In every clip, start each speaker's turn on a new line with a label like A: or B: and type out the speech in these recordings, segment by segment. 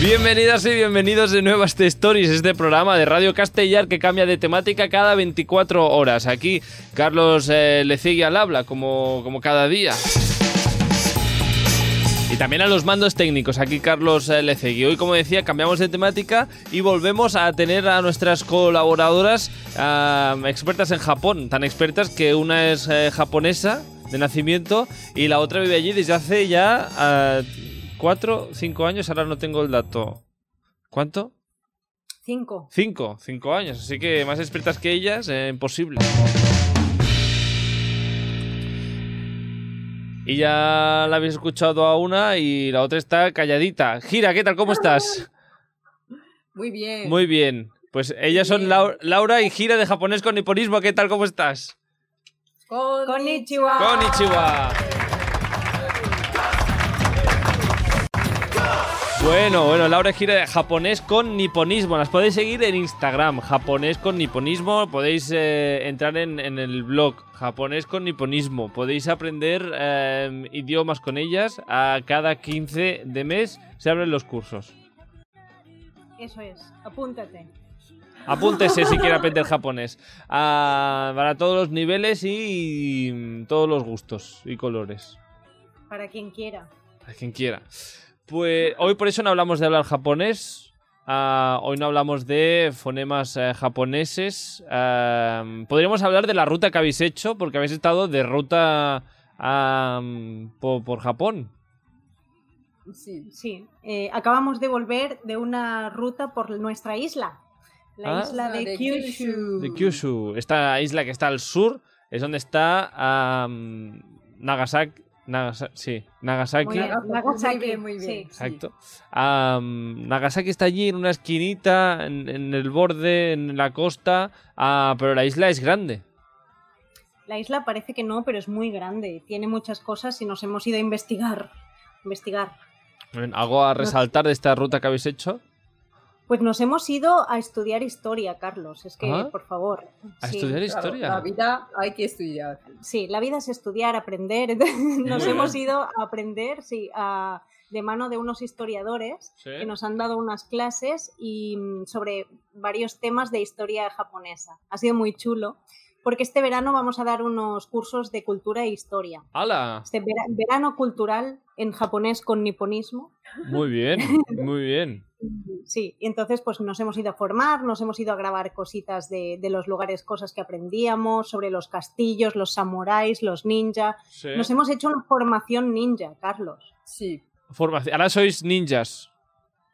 A: Bienvenidas y bienvenidos de nuevo a este Stories, este programa de Radio Castellar que cambia de temática cada 24 horas. Aquí Carlos eh, le sigue al habla, como, como cada día. Y también a los mandos técnicos, aquí Carlos eh, Lecegui. Hoy, como decía, cambiamos de temática y volvemos a tener a nuestras colaboradoras ah, expertas en Japón, tan expertas que una es eh, japonesa de nacimiento y la otra vive allí desde hace ya ah, cuatro, cinco años, ahora no tengo el dato. ¿Cuánto?
B: Cinco.
A: Cinco, cinco años, así que más expertas que ellas, eh, imposible. Y ya la habéis escuchado a una y la otra está calladita. Gira, ¿qué tal? ¿Cómo estás?
B: Muy bien.
A: Muy bien. Pues ellas son
B: Bien.
A: Lau- Laura y Gira de japonés con niponismo. ¿Qué tal? ¿Cómo estás?
B: Con Konnichiwa.
A: Konnichiwa. Bueno, bueno, Laura gira de japonés con niponismo. Las podéis seguir en Instagram, japonés con niponismo. Podéis eh, entrar en, en el blog, japonés con niponismo. Podéis aprender eh, idiomas con ellas. A cada 15 de mes se abren los cursos.
B: Eso es. Apúntate.
A: Apúntese si quiere aprender japonés. Ah, para todos los niveles y mm, todos los gustos y colores.
B: Para quien quiera.
A: A quien quiera. Pues hoy por eso no hablamos de hablar japonés. ah, hoy no hablamos de fonemas eh, japoneses. ah, podríamos hablar de la ruta que habéis hecho, porque habéis estado de ruta ah, po- por, Japón.
B: Sí. Eh, acabamos de volver de una ruta por nuestra isla. La
A: Ah.
B: isla de,
C: De
B: Kyushu.
A: De Kyushu. Esta isla que está al sur es donde está ah, Nagasaki. Nagasa- sí,
B: Muy
A: Nagasaki.
B: bien,
C: Nagasaki.
B: Nagasaki,
C: Ah, pues, Muy bien, muy bien.
B: sí.
A: Exacto. Am, Nagasaki está allí en una esquinita, en, en el borde, en la costa, ah, pero la isla es grande.
B: La isla parece que no, pero es muy grande. Tiene muchas cosas y nos hemos ido a investigar. Investigar.
A: Bueno, ¿Algo a resaltar de esta ruta que habéis hecho?
B: Pues nos hemos ido a estudiar historia, Carlos. Es que,
A: Ah.
B: por favor.
A: ¿A
B: sí.
A: estudiar
C: Claro,
A: historia?
C: La vida hay que estudiar.
B: Sí, la vida es estudiar, aprender. Entonces, Nos
A: bien.
B: hemos ido a aprender, sí, a- de mano de unos historiadores
A: Sí.
B: que nos han dado unas clases y mm, sobre varios temas de historia japonesa. Ha sido muy chulo, porque este verano vamos a dar unos cursos de cultura e historia.
A: ¡Hala!
B: Este vera- verano cultural en japonés con niponismo.
A: Muy bien, muy bien.
B: Sí, y entonces pues nos hemos ido a formar, nos hemos ido a grabar cositas de, de los lugares, cosas que aprendíamos, sobre los castillos, los samuráis, los ninja,
A: Sí.
B: nos hemos hecho una formación ninja, Carlos.
C: Sí.
A: Formación. Ahora sois ninjas.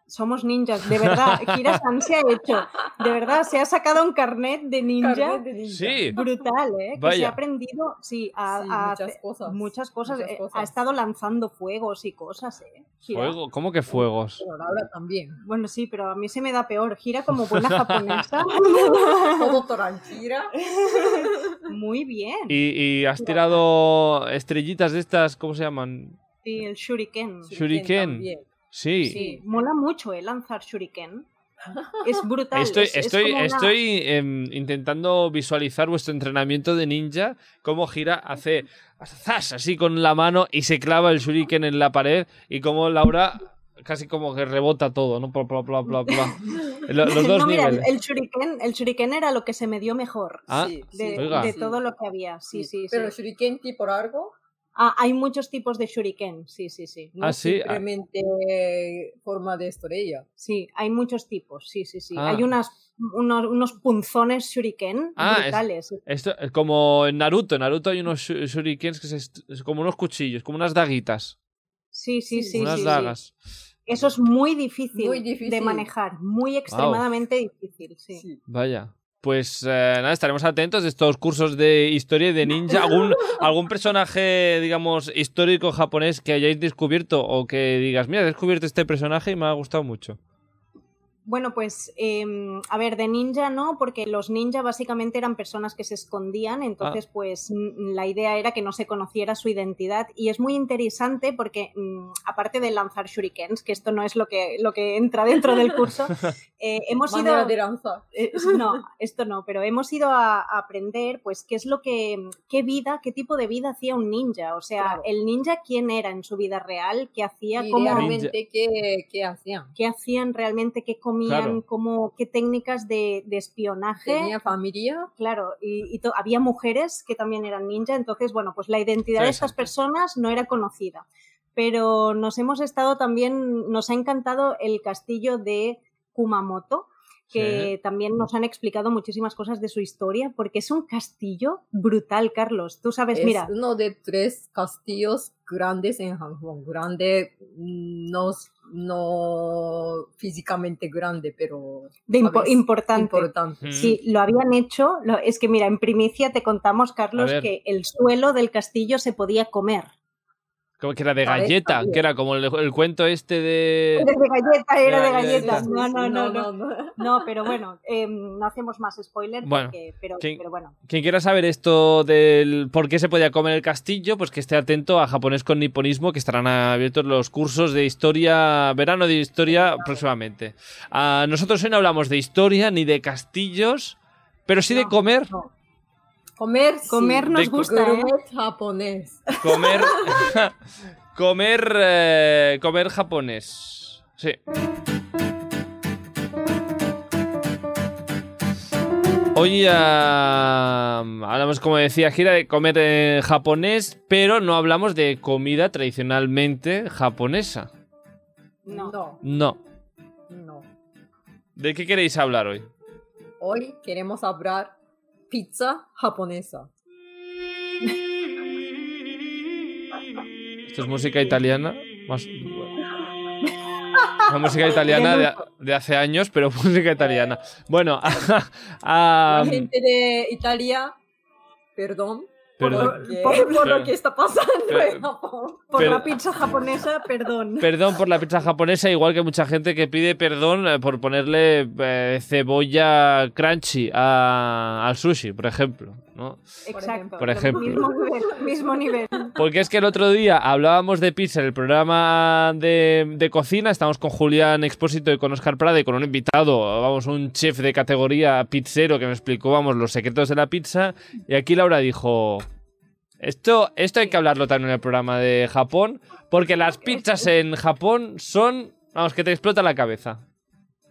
B: Somos ninjas, de verdad. Kira San se ha hecho. De verdad, se ha sacado un carnet de ninja
C: Carnet de ninja.
A: Sí.
B: brutal, ¿eh? Que se
A: Vaya.
B: ha aprendido, sí,
A: Ah,
B: a,
C: Sí,
B: a
C: muchas
B: hacer-
C: cosas.
B: ah, muchas cosas.
C: muchas
B: Eh,
C: cosas.
B: Ha estado lanzando fuegos y cosas, ¿eh? Kira.
A: Fuego. ¿Cómo que fuegos?
C: Pero Laura también.
B: Bueno, sí, pero a mí se me da peor. Gira como buena japonesa.
C: Todo tranquila.
B: Muy bien.
A: ¿Y, y has tirado estrellitas de estas? ¿Cómo se llaman?
B: Sí, el shuriken.
A: Shuriken.
C: también.
A: Sí.
B: Sí, mola mucho, ¿eh? Lanzar shuriken. Es brutal.
A: Estoy,
B: es- es
A: estoy,
B: como una-
A: estoy em, intentando visualizar vuestro entrenamiento de ninja, cómo Gira hace zas así con la mano y se clava el shuriken en la pared y como Laura casi como que rebota todo, ¿no? Pla, pla, pla, pla, pla. Lo- Los dos
B: No, mira,
A: niveles.
B: el shuriken, el shuriken era lo que se me dio mejor
A: Ah,
C: Sí, sí,
B: de,
A: Oiga.
B: de todo lo que había. Sí, sí, sí.
C: Pero Shuriken tipo largo.
B: Ah, hay muchos tipos de shuriken, sí, sí, sí.
C: No
A: Ah, sí, ah.
C: simplemente forma de estrella.
B: Sí, hay muchos tipos, sí, sí, sí.
A: Ah.
B: Hay unas, unos, unos punzones shuriken
A: Ah, es-
B: brutales.
A: Esto es como en Naruto, en Naruto hay unos shu- shurikens que se est- es como unos cuchillos, como unas daguitas,
B: Sí, sí, sí.
A: unas
B: sí, sí.
A: dagas.
B: Eso es muy difícil,
C: Muy difícil.
B: de manejar, muy extremadamente difícil, sí.
C: Sí.
A: Vaya. Pues eh, nada, estaremos atentos de estos cursos de historia y de ninja. ¿Algún, algún personaje, digamos, histórico japonés que hayáis descubierto o que digas, mira, he descubierto este personaje y me ha gustado mucho?
B: Bueno, pues, eh, a ver, de ninja no, porque los ninja básicamente eran personas que se escondían, entonces, pues, mm, la idea era que no se conociera su identidad. Y es muy interesante porque, mm, aparte de lanzar shurikens, que esto no es lo que, lo que entra dentro del curso, eh, hemos ido...
C: Manera de lanzar.
B: Eh, no, esto no, pero hemos ido a, a aprender, pues, qué es lo que, qué vida, qué tipo de vida hacía un ninja. O sea,
C: Claro.
B: el ninja, quién era en su vida real, qué hacía,
C: Y
B: cómo,
C: realmente, ¿qué, qué hacían?
B: qué hacían realmente, qué comían,
A: Claro.
B: cómo, qué técnicas de, de espionaje.
C: ¿Tenía familia?
B: Claro, y, y to- había mujeres que también eran ninja, entonces, bueno, pues la identidad de estas
A: Interesante.
B: personas no era conocida. Pero nos hemos estado también, nos ha encantado el castillo de Kumamoto, que también nos han explicado muchísimas cosas de su historia, porque es un castillo brutal, Carlos. Tú sabes,
C: es
B: Pues mira,
C: uno de tres castillos grandes en Hong Kong. Grande, mm, no, s- no físicamente grande, pero
B: de impo-
C: sabes,
B: importante.
C: importante.
A: Mm.
B: Sí, lo habían hecho. lo- es que mira, en primicia te contamos, Carlos,
A: A ver.
B: que el suelo del castillo se podía comer.
A: Como que era de
C: Cabeza,
A: galleta,
C: tío.
A: que era como el, el cuento este
B: Era
A: de...
B: de galleta, era de
A: Era de
B: galleta.
A: galletas.
B: No, no, no, no.
C: no.
B: No, pero bueno, eh, no hacemos más spoiler.
A: Bueno,
B: porque- pero,
A: ¿quién-
B: pero bueno,
A: Quien quiera saber esto del por qué se podía comer el castillo, pues que esté atento a Japonés con Niponismo, que estarán abiertos los cursos de historia, verano de historia próximamente. Ah, nosotros hoy no hablamos de historia ni de castillos, pero sí de
B: No.
A: comer.
B: no.
C: Comer, sí.
B: Comer
A: De
B: nos gusta, ¿eh?
C: Gourmet japonés.
A: Comer. comer. eh, comer japonés. Sí. Hoy ah, hablamos, como decía Gira, de comer eh, japonés, pero no hablamos de comida tradicionalmente japonesa.
B: No.
C: no,
A: No.
C: no.
A: ¿De qué queréis hablar hoy?
C: Hoy queremos hablar pizza japonesa.
A: Esto es música italiana. Más... Una música italiana de, de hace años, pero música italiana. Bueno, ah,
C: La gente de Italia, perdón,
A: perdón,
C: porque-
B: Por-
C: por
A: pero-
C: lo que está pasando
A: pero-
C: en Japón.
B: Por
A: Pero-
B: la pizza japonesa, perdón.
A: perdón por la pizza japonesa, igual que mucha gente que pide perdón eh, por ponerle eh, cebolla crunchy a- al sushi, por ejemplo. ¿no?
B: Exacto.
A: Por ejemplo.
B: Mismo nivel. Mismo nivel.
A: Porque es que el otro día hablábamos de pizza en el programa de, de cocina. Estamos con Julián Expósito y con Oscar Prada y con un invitado, vamos, un chef de categoría pizzero que me explicó, vamos, los secretos de la pizza. Y aquí Laura dijo: Esto, esto hay que hablarlo también en el programa de Japón, porque las pizzas en Japón son, vamos, que te explota la cabeza.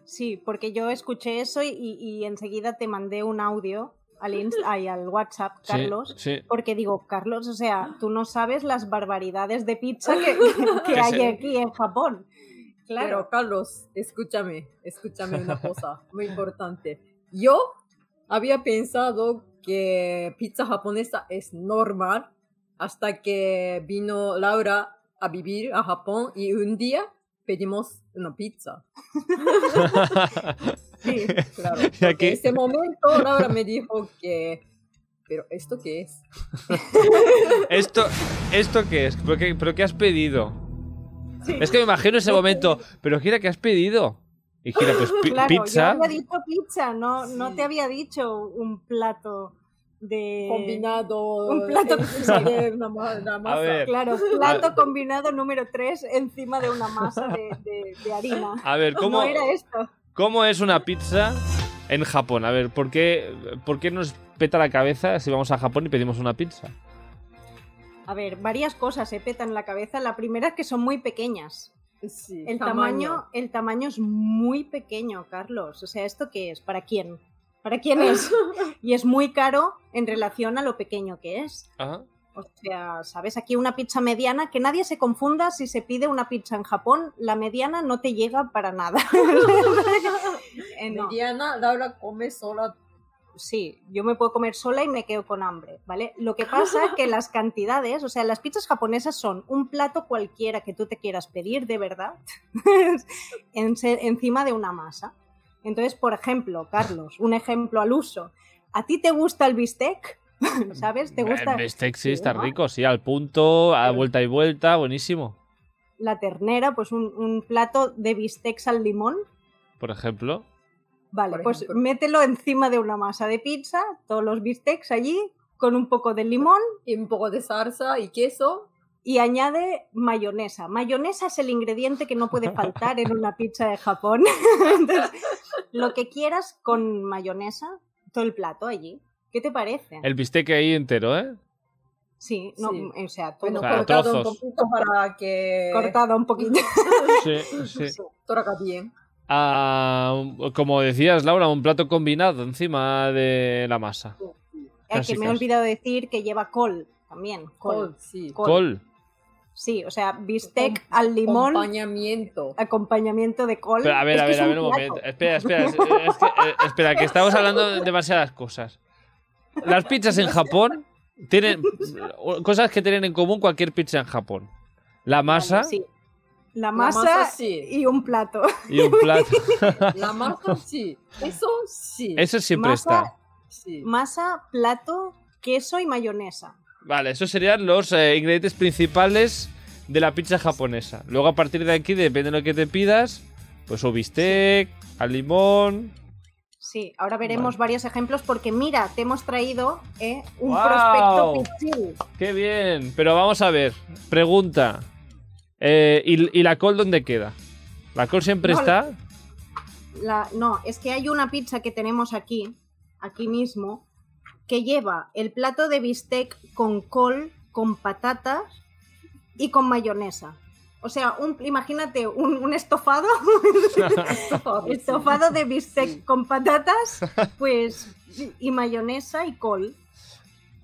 B: Sí, porque yo escuché eso y, y- y enseguida te mandé un audio al, Inst- ay, al WhatsApp,
A: Sí,
B: Carlos.
A: Sí.
B: Porque digo, Carlos, o
C: Ah.
B: sea, tú no sabes las barbaridades de pizza que, que
A: Que
B: hay
A: se-
B: aquí en Japón. Claro.
C: Pero Carlos, escúchame, escúchame una cosa muy importante. Yo había pensado que pizza japonesa es normal hasta que vino Laura a vivir a Japón y un día pedimos una pizza.
B: Sí.
C: Claro.
A: Y
C: En
A: aquí,
C: ese momento Laura me dijo que, pero ¿esto qué es?
A: ¿esto, esto qué es? ¿Pero qué, pero qué has pedido?
B: sí.
A: Es que me imagino ese momento, pero Gira, ¿qué has pedido? Y Gira, pues pi-
B: Claro,
A: pizza.
B: yo había dicho pizza, no, no
C: Sí.
B: te había dicho un plato de...
C: Combinado.
B: Eh, un plato-
C: encima de una, ma- una masa.
A: ver.
B: Claro, plato combinado número 3 encima de una masa de, de- de harina.
A: A ver, ¿cómo,
B: No era esto.
A: ¿cómo es una pizza en Japón? A ver, ¿por qué, ¿por qué nos peta la cabeza si vamos a Japón y pedimos una pizza?
B: A ver, varias cosas se petan la cabeza. La primera es que son muy pequeñas.
C: Sí,
B: El tamaño, el tamaño es muy pequeño, Carlos. O sea, ¿esto qué es? ¿Para quién? ¿Para quién es? Y es muy caro en relación a lo pequeño que es. O sea, ¿sabes? Aquí una pizza mediana, que nadie se confunda si se pide una pizza en Japón, la mediana no te llega para nada. Eh, no.
C: Mediana, Laura come sola.
B: Sí, yo me puedo comer sola y me quedo con hambre, ¿vale? Lo que pasa que las cantidades, o sea, las pizzas japonesas son un plato cualquiera que tú te quieras pedir, de verdad, en- encima de una masa. Entonces, por ejemplo, Carlos, un ejemplo al uso. ¿A ti te gusta el bistec? ¿Sabes? ¿Te gusta
A: El este bistec sí,
B: Sí,
A: está
B: ¿no?
A: rico, sí, al punto, a vuelta y vuelta, buenísimo.
B: la ternera? Pues un, un plato de bistecs al limón.
A: por ejemplo.
B: Vale,
C: Por
B: pues
C: ejemplo.
B: mételo encima de una masa de pizza, todos los bistecs allí, con un poco de limón
C: Y un poco de salsa y queso.
B: y añade mayonesa. Mayonesa es el ingrediente que no puede faltar en una pizza de Japón. Entonces, lo que quieras con mayonesa, todo el plato allí. ¿Qué te parece?
A: El bistec ahí entero, ¿eh?
B: Sí, no,
C: Sí.
B: o sea, todo
C: Bueno,
A: Claro,
C: cortado
A: trozos.
C: un poquito para que
B: cortado un poquito.
A: Sí, sí.
C: toraca bien.
A: Ah, como decías, Laura, un plato combinado encima de la masa.
B: Eh, que me he
A: Clásicas.
B: olvidado decir que lleva col también. Col.
C: Col, sí.
B: Col.
A: Col.
B: Sí, o sea, bistec al limón,
C: Acompañamiento.
B: acompañamiento de col.
A: Pero a ver,
B: Es
A: a
B: que es
A: ver, a
B: un
A: ver un
B: plato.
A: momento. Espera, espera, es- es que, eh, espera, que estamos hablando de demasiadas cosas. Las pizzas en Japón tienen cosas que tienen en común cualquier pizza en Japón. La masa
B: Sí. La
C: La
B: masa,
C: sí.
B: y un plato.
A: y un plato.
C: La masa sí. Eso sí.
A: Eso siempre
B: Masa-
A: está.
C: sí.
B: Masa, plato, queso y mayonesa.
A: Vale, esos serían los eh, ingredientes principales de la pizza japonesa. Luego a partir de aquí, depende de lo que te pidas, pues o bistec, al limón.
B: Sí, ahora
A: Vale.
B: veremos varios ejemplos porque mira, te hemos traído eh, un
A: ¡Guau!
B: prospecto pichil.
A: ¡Qué bien! Pero vamos a ver, pregunta. Eh, ¿y, y la col dónde queda? ¿La col siempre
B: No,
A: está?
B: La- no, es que hay una pizza que tenemos aquí, aquí mismo, que lleva el plato de bistec con col, con patatas y con mayonesa. O sea, un, imagínate un, un estofado,
C: Estofado, sí.
B: estofado de bistec
C: Sí.
B: con patatas, pues y mayonesa y col.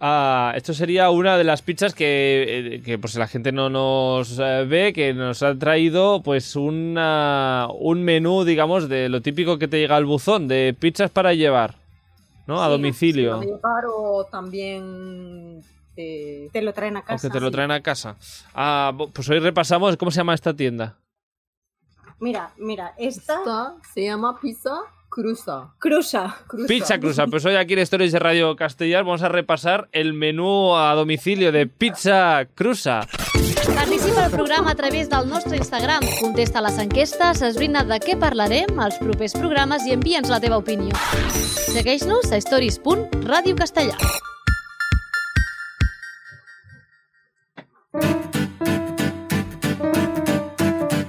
A: Ah, esto sería una de las pizzas que, eh, que, pues la gente no nos eh, ve, que nos ha traído pues una, un menú, digamos, de lo típico que te llega al buzón, de pizzas para llevar, ¿no? A
B: Sí,
A: domicilio.
C: Para llevar o también eh, de
B: Te lo traen a
A: o
B: casa.
A: que te lo
B: sí.
A: traen a casa. Ah, bo- pues hoy repasamos, ¿cómo se llama esta tienda?
B: Mira, mira, esta
C: Esta se llama pizza cruza.
B: cruza.
C: Cruza.
A: Pizza Cruza. Pues hoy aquí en Stories de Radio Castellar vamos a repasar el menú a domicilio de Pizza Cruza.
D: Participa al programa a través del nostre Instagram. Contesta a les enquestes, esbrina de què parlarem als propers programes i envia'ns la teva opinió. Segueix-nos a stories.radiocastellà.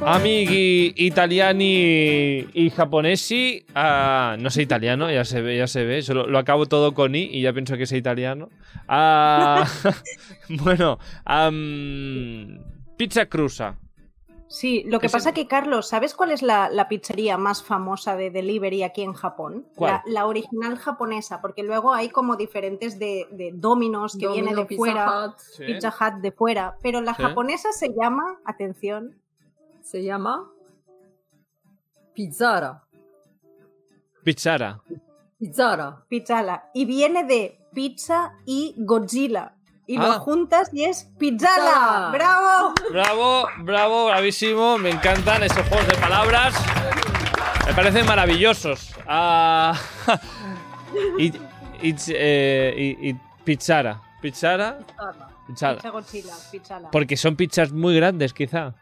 A: Amigui italiani y japonesi. Ah, no sé italiano, ya se ve, ya se ve. Solo lo acabo todo con i y ya pienso que sé italiano. Ah, bueno, am, Pizza Cruza.
B: Sí, lo que
A: Ese-
B: pasa que, Carlos, ¿sabes cuál es la, la pizzería más famosa de delivery aquí en Japón?
A: ¿Cuál?
B: La, la original japonesa, porque luego hay como diferentes de, de dominos que viene
C: Domino,
B: de
C: Pizza
B: fuera,
C: Hut,
B: Pizza Hut de fuera, pero la
A: Sí.
B: japonesa se llama, atención,
C: se llama pizzara.
A: Pizzara.
C: Pizzara.
B: Pizzala, y viene de pizza y Godzilla. Y
A: Ah.
B: lo juntas y es Pizzala.
C: Pizzala.
B: ¡Bravo!
A: Bravo, bravo, bravísimo. Me encantan esos juegos de palabras. Me parecen maravillosos. Ah, y, y- eh, y- y pizzara. Pizzara.
C: Pizzara.
A: Pizzara.
B: Pizza Godzilla, Pizzala.
A: Porque son pizzas muy grandes, quizá.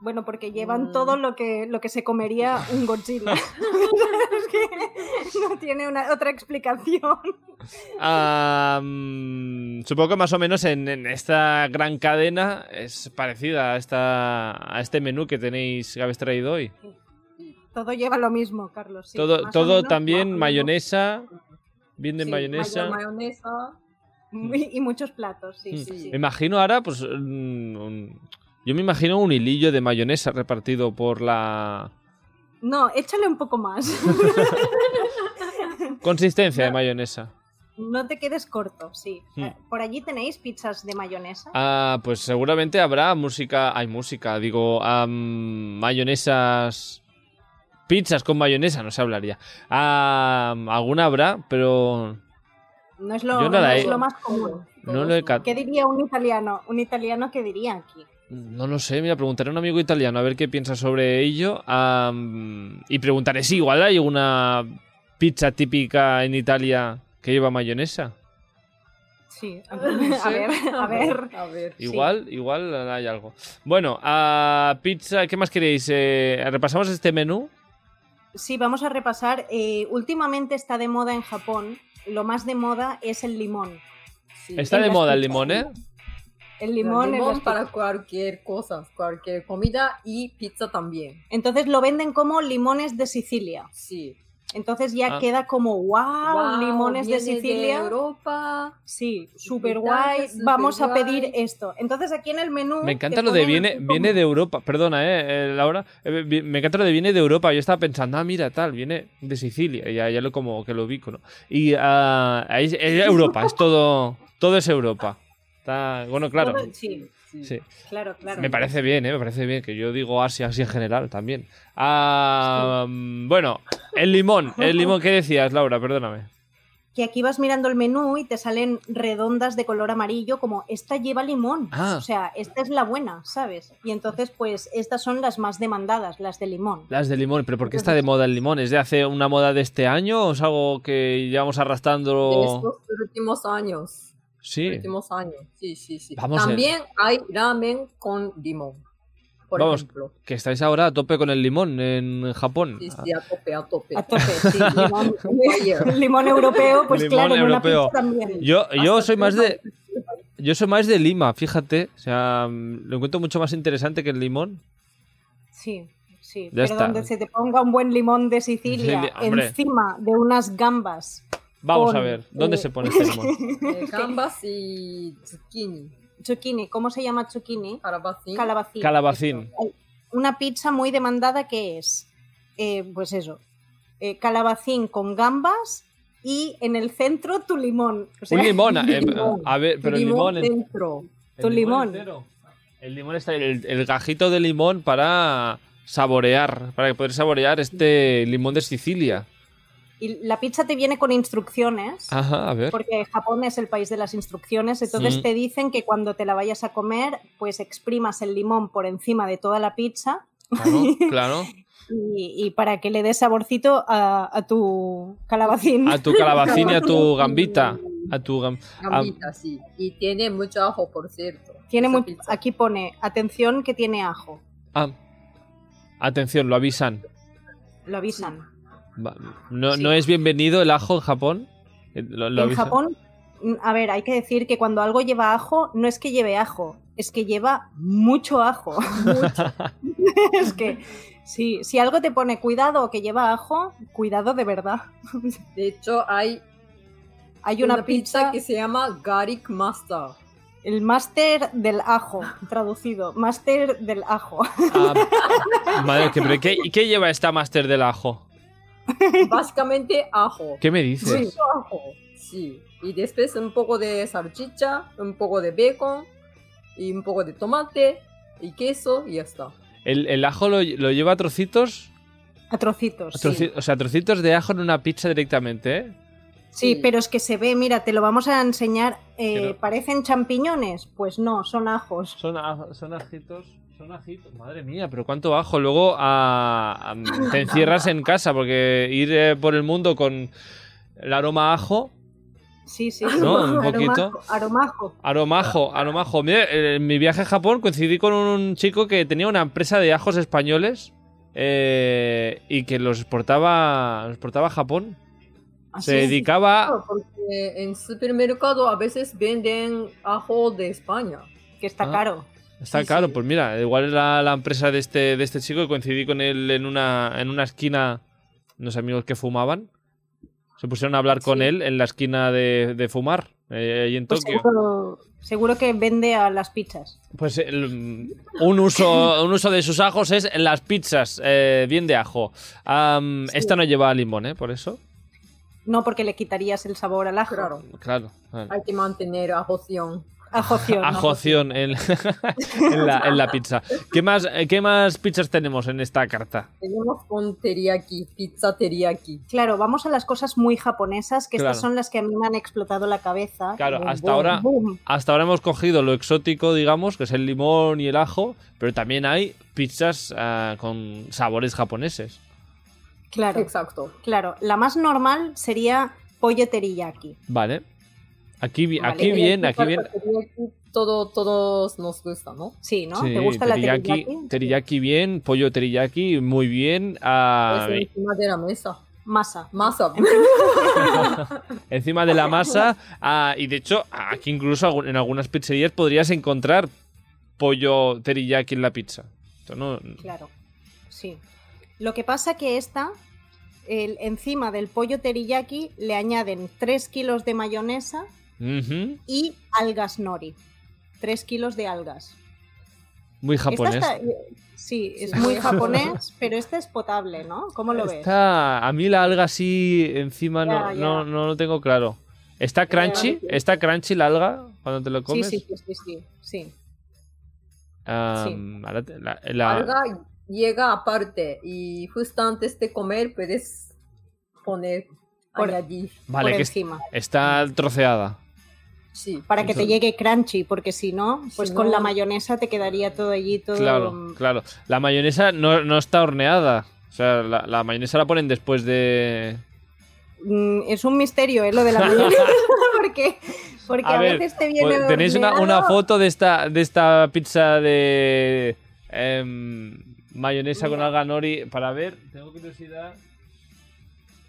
B: Bueno, porque llevan
C: Mm.
B: todo lo que, lo que se comería un Godzilla. es que no tiene una, otra explicación.
A: Ah, mm, supongo que más o menos en, en esta gran cadena es parecida a, esta, a este menú que tenéis, que habéis traído hoy.
B: Todo lleva lo mismo, Carlos. sí,
A: todo
B: más o
A: todo
B: menos,
A: también
B: más o
A: mayonesa. Bien de
B: Sí,
A: mayonesa.
C: Mayo- mayonesa.
B: menos. Y, y muchos platos, sí,
A: Mm.
B: sí, sí.
A: Me imagino ahora, pues. un- un- yo me imagino un hilillo de mayonesa repartido por la
B: No, échale un poco más.
A: consistencia de mayonesa.
B: no te quedes corto, sí. Eh,
A: Mm.
B: Por allí tenéis pizzas de mayonesa.
A: Ah, pues seguramente habrá música. Hay música, digo, am, mayonesas. Pizzas con mayonesa, no se hablaría. Ah, alguna habrá, pero
B: No es lo,
A: yo eh. Ah. no la
B: no
A: he-
B: es lo más común.
A: no lo he ca-
B: ¿Qué diría un italiano? Un italiano que diría aquí.
A: No lo sé, mira, preguntaré a un amigo italiano a ver qué piensa sobre ello. am, y preguntaré si igual hay una pizza típica en Italia que lleva mayonesa.
B: Sí, a ver, a ver. A ver.
C: A ver.
B: Sí.
A: Igual, igual hay algo. Bueno, a pizza, ¿qué más queréis? Eh, ¿Repasamos este menú?
B: Sí, vamos a repasar. Eh, últimamente está de moda en Japón. Lo más de moda es el limón.
C: Sí.
A: Está de
B: Venga,
A: moda el
B: escucha.
A: limón, ¿eh?
B: El
C: El
B: limón, en
C: limón
B: las
C: para cualquier cosa, cualquier comida y pizza también.
B: Entonces lo venden como limones de Sicilia.
C: Sí.
B: Entonces ya
A: Ah.
B: queda como, wow,
C: Guau,
B: limones de
C: viene
B: Sicilia.
C: De Europa.
B: sí,
C: Italia,
B: súper guay.
C: superguay.
B: Vamos a pedir esto. Entonces aquí en el menú...
A: Me encanta
B: te
A: lo de
B: ponen
A: viene,
B: así
A: viene
B: como-
A: de Europa. Perdona, eh, eh, Laura. Eh, vi- me encanta lo de viene de Europa. Yo estaba pensando, ah, mira, tal, viene de Sicilia. Ya, ya lo como que lo ubico, ¿no? Y ah, ahí es, es Europa, es todo. Todo es Europa. Está, bueno, claro.
B: Todo- sí,
A: Sí.
B: claro, claro.
A: Me parece bien, ¿eh? Me parece bien que yo digo Asia así en general también. Ah, mm, Bueno, el limón. El limón, ¿qué decías, Laura? Perdóname.
B: Que aquí vas mirando el menú y te salen redondas de color amarillo como, esta lleva limón.
A: Ah.
B: O sea, esta es la buena, ¿sabes? Y entonces pues estas son las más demandadas, las de limón.
A: Las de limón, pero ¿por qué está de moda el limón? ¿Es de hace una moda de este año o es algo que llevamos
C: En
A: arrastrando?
C: estos últimos años.
A: Oh. Sí.
C: últimos años. Sí, sí, sí.
A: Vamos a-
C: También hay ramen con limón. Por
A: Vamos.
C: ejemplo.
A: Que estáis ahora a tope con el limón en Japón.
C: Sí, sí, a tope, a tope.
B: A tope, sí.
C: Limón, fire.
B: El limón europeo, pues
A: Limón
B: claro, en una
A: europeo.
B: pizza también.
A: Yo, yo
C: Hasta
A: soy más de.
C: Lima.
A: Yo soy más de Lima, fíjate. O sea, mm, lo encuentro mucho más interesante que el limón.
B: Sí, sí.
A: Ya
B: pero
A: está.
B: donde se te ponga un buen limón de Sicilia
A: Sí, hombre.
B: encima de unas gambas,
A: Vamos
B: Con,
A: a ver, ¿dónde
B: eh,
A: se pone este limón?
C: Eh, gambas y zucchini.
B: zucchini, ¿cómo se llama zucchini?
C: Calabacín.
B: Calabacín. Eh,
A: Calabacín.
B: Una pizza muy demandada que es, eh, pues eso, eh, calabacín con gambas y en el centro tu limón. O sea,
A: Un limón. eh,
C: limón.
A: a ver, pero el
C: limón
A: limón. en-
C: dentro.
B: tu
A: el
B: limón.
A: entero. El limón está. El, el gajito de limón para saborear. Para poder saborear este limón de Sicilia.
B: Y la pizza te viene con instrucciones.
A: Ajá, Ah, a ver.
B: Porque Japón es el país de las instrucciones, entonces
A: Sí.
B: te dicen que cuando te la vayas a comer, pues exprimas el limón por encima de toda la pizza
A: Claro, claro.
B: y, y para que le dé saborcito a, a tu calabacín.
A: A tu calabacín y a tu gambita. Ah. A tu gam-
C: Mm, Gambita, sí. Y tiene mucho ajo, por cierto.
B: Tiene
C: Esa
B: mu-
C: pizza.
B: aquí pone, atención que tiene ajo,
A: ah. Atención, lo avisan.
B: lo avisan.
A: Va- No,
C: Sí.
A: ¿No es bienvenido el ajo en Japón? Eh, lo- lo
B: en
A: avisa.
B: Japón, mm, a ver, hay que decir que cuando algo lleva ajo, no es que lleve ajo, es que lleva mucho ajo. Mucho. es que sí, si algo te pone cuidado o que lleva ajo, cuidado de verdad.
C: De hecho, hay
B: Hay una, pizza,
C: que se llama Garlic Master.
B: el máster del ajo, traducido, máster del ajo.
A: Ah, madre, que, pero ¿qué, y qué lleva esta máster del ajo?
C: Básicamente ajo.
A: ¿Qué me dices?
C: Mucho ajo. Sí. Y después un poco de salchicha, un poco de bacon, y un poco de tomate, y queso, y ya está.
A: ¿El, el ajo lo, lo lleva a trocitos?
B: A trocitos.
A: A troci- O sea, trocitos de ajo en una pizza directamente, ¿eh?
B: Sí, pero es que se ve, mira, te lo vamos a enseñar. eh,
A: Pero-
B: ¿Parecen champiñones? Pues no, son ajos.
A: Son, aj- son ajitos, son ajitos. Madre mía, pero cuánto ajo. Luego ah, am, te encierras en casa porque ir eh, por el mundo con el aroma a ajo,
B: Sí, sí.
A: No, un
B: Aromajo,
A: poquito.
B: Aromajo.
A: aromajo, aromajo. Mira, eh, en mi viaje a Japón coincidí con un chico que tenía una empresa de ajos españoles eh, y que los exportaba, los exportaba a Japón.
B: Así.
A: Se dedicaba
C: Claro, porque en supermercado a veces venden ajo de España.
B: Que está
A: Ah.
B: caro.
A: Está
C: Sí,
A: claro,
C: sí.
A: pues mira, igual era la empresa de este, de este chico y coincidí con él en una, en una esquina, unos amigos que fumaban. Se pusieron a hablar con él en la esquina de, de fumar, eh, ahí en
B: Pues
A: Tokio.
B: seguro, seguro que vende a las pizzas.
A: Pues el- un, uso, un uso de sus ajos es en las pizzas, eh, bien de ajo. Am, Esta no lleva limón, ¿eh? Por eso.
B: No porque le quitarías el sabor al ajo.
C: Claro,
A: Claro. claro.
C: hay que mantener ajoción.
B: Ajoción.
A: Ajoción en, en la, en la pizza. ¿Qué más, eh, ¿Qué más pizzas tenemos en esta carta?
C: Tenemos con teriyaki, pizza teriyaki.
B: Claro, vamos a las cosas muy japonesas, que estas
A: Claro.
B: son las que a mí me han explotado la cabeza.
A: Claro,
B: Boom,
A: hasta
B: boom,
A: ahora-
B: boom.
A: Hasta ahora hemos cogido lo exótico, digamos, que es el limón y el ajo, pero también hay pizzas ah, con sabores japoneses.
B: Claro,
C: Exacto.
B: claro. La más normal sería pollo teriyaki.
A: Vale. Aquí, vi-
B: Vale,
A: aquí
B: eh,
A: bien, aquí bien.
C: Teriyaki, Todo, todos nos gusta, ¿no?
B: Sí, ¿no?
A: Sí,
B: ¿Te gusta la
A: teriyaki,
B: teriyaki?
A: teriyaki bien, pollo teriyaki muy bien. ah,
C: Pues encima de la mesa.
B: Masa.
C: Masa.
A: encima de la masa. ah, y de hecho, aquí incluso algu- en algunas pizzerías podrías encontrar pollo teriyaki en la pizza. Esto no-
B: Claro, sí. Lo que pasa que esta, el- encima del pollo teriyaki, le añaden 3 kilos de mayonesa
A: Ujú,
B: y algas nori. 3 kilos de algas.
A: Muy japonés.
B: Esta está- eh, sí, es
C: Sí.
B: muy japonés, pero esta es potable, ¿no? ¿Cómo lo ves?
A: Está- a mí la alga sí encima no,
B: Ya,
A: No,
B: ya.
A: no lo tengo claro. ¿Está crunchy?
C: ya.
A: ¿Está crunchy la alga cuando te lo
B: Sí,
A: comes?
B: sí, sí, sí, sí, sí.
A: Ah,
B: sí.
A: ahora te- la- la-
C: Alga llega aparte y justo antes de comer puedes poner,
B: Por-
C: añadir.
A: Vale,
B: por
A: que es-
B: encima.
A: está troceada.
C: Sí.
B: Para que te
A: Entonces-
B: llegue crunchy, porque si no, pues
C: Si
B: con
C: no-
B: la mayonesa te quedaría todo allí, todo.
A: Claro, claro. La mayonesa no, no está horneada. O sea, la, la mayonesa la ponen después de.
B: Mm, es un misterio, ¿eh? Lo de la mayonesa, porque, porque
A: A
B: a,
A: ver,
B: veces te viene.
A: Pues, Tenéis una,
B: horneado.
A: una foto de esta, de esta pizza de em, mayonesa con alga nori para ver. Tengo curiosidad.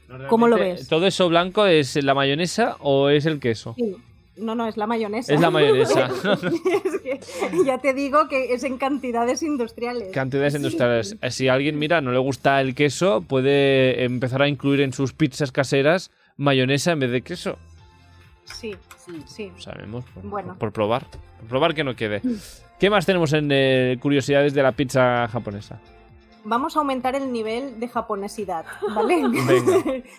A: No,
B: ¿Cómo lo
A: realmente,
B: ves?
A: ¿Todo eso blanco es la mayonesa o es el queso?
B: Sí. No, no, es la mayonesa.
A: Es la mayonesa.
B: Es que ya te digo que es en cantidades industriales.
A: Cantidades industriales. Si alguien mira, no le gusta el queso, puede empezar a incluir en sus pizzas caseras mayonesa en vez de queso.
B: Sí, sí, sí.
A: Sabemos, por,
B: Bueno. Mm.
A: por probar. Por probar que no quede. ¿Qué más tenemos en eh, curiosidades de la pizza japonesa?
B: Vamos a aumentar el nivel de japonesidad, ¿vale?
A: Venga.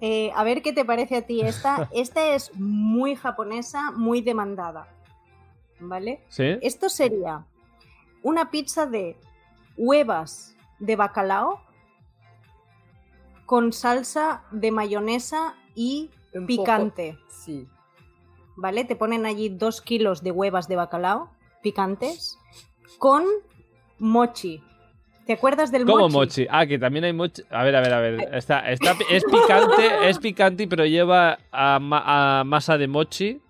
B: Eh, a ver qué te parece a ti esta. Esta es muy japonesa, muy demandada. ¿Vale?
A: ¿Sí?
B: Esto sería una pizza de huevas de bacalao con salsa de mayonesa y
C: Un poco-
B: picante,
C: Sí.
B: ¿vale? Te ponen allí dos kilos de huevas de bacalao picantes con mochi. ¿Te acuerdas del
A: ¿Cómo
B: mochi?
A: mochi? Ah, que también hay mochi. A ver, a ver, a ver. Está, está, es picante, es picante, pero lleva a, ma- a masa de mochi.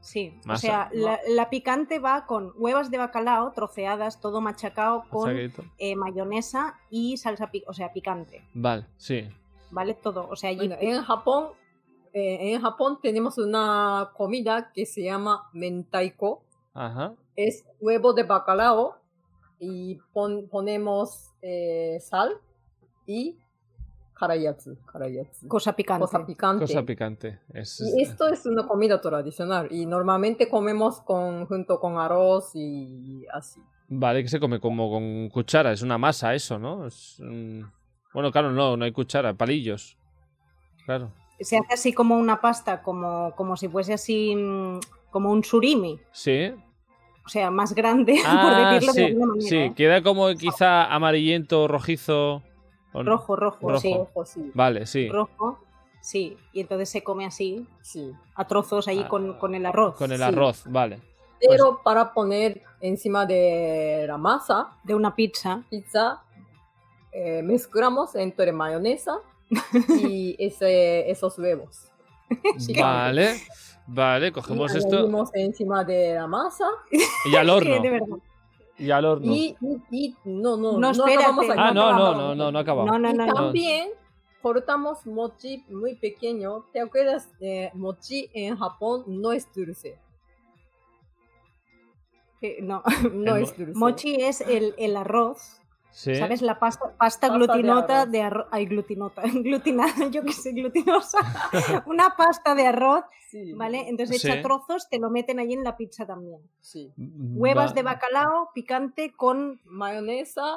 B: Sí, o
A: Masa.
B: sea, la, la picante va con huevas de bacalao troceadas, todo machacado, con
A: Saquito.
B: eh, mayonesa y salsa, pi- o sea, picante,
A: Vale, sí.
B: ¿vale? Todo, o sea, allí
C: Bueno, en Japón, eh, en Japón tenemos una comida que se llama mentaiko.
A: Ajá.
C: Es huevo de bacalao y pon- ponemos eh, sal y karayatsu, karayatsu.
B: cosa picante.
C: Cosa picante.
A: Cosa picante. Es-
C: y esto es una comida tradicional y normalmente comemos con, junto con arroz y así.
A: Vale, que se come como con cuchara. Es una masa eso, ¿no? Es un- Bueno, claro, no, no hay cuchara. Palillos. Claro.
B: se hace así como una pasta, como, como si fuese así, mm, como un surimi,
A: Sí,
B: o sea, más grande, por
A: Ah,
B: decirlo
A: sí,
B: de alguna manera.
A: sí,
B: ¿eh?
A: queda como quizá amarillento, rojizo. o no.
B: Rojo, rojo,
A: Rojo.
B: sí,
C: Ojo, sí.
A: Vale, sí.
B: rojo, sí, y entonces se come así,
C: sí.
B: a trozos ahí
A: Ah,
B: con, con el arroz.
A: Con el
C: sí.
A: arroz, vale.
C: Pero para poner encima de la masa,
B: De una pizza,
C: pizza, eh, mezclamos entre mayonesa y ese, esos huevos.
A: Vale. Vale, cogemos
C: y
A: esto
C: añadimos encima de la masa
A: y al
B: que
A: horno.
B: de verdad.
A: Y al horno.
C: y, y- y- no, no,
B: No,
C: no,
B: espérate.
C: acabamos aquí.
A: Ah, no, no,
B: acabamos.
A: no, no, no
B: No,
A: acabamos.
B: no, no,
C: Y
B: no.
C: también cortamos mochi muy pequeño. ¿Te acuerdas? Eh, mochi en Japón no es dulce.
B: Eh, no.
C: No
A: El
C: es dulce.
B: Mochi es el, el arroz,
A: Sí.
B: ¿sabes? La pasta, pasta
C: de
B: glutinota
C: arroz.
B: de arroz. Ay, glutinota, glutinada, yo que sé, glutinosa. una pasta de arroz,
C: Sí,
B: ¿vale? Entonces,
A: Sí.
B: echa trozos, te lo meten allí en la pizza también.
C: sí.
B: Huevas
A: Mm, Va-
B: de bacalao picante con
C: Mayonesa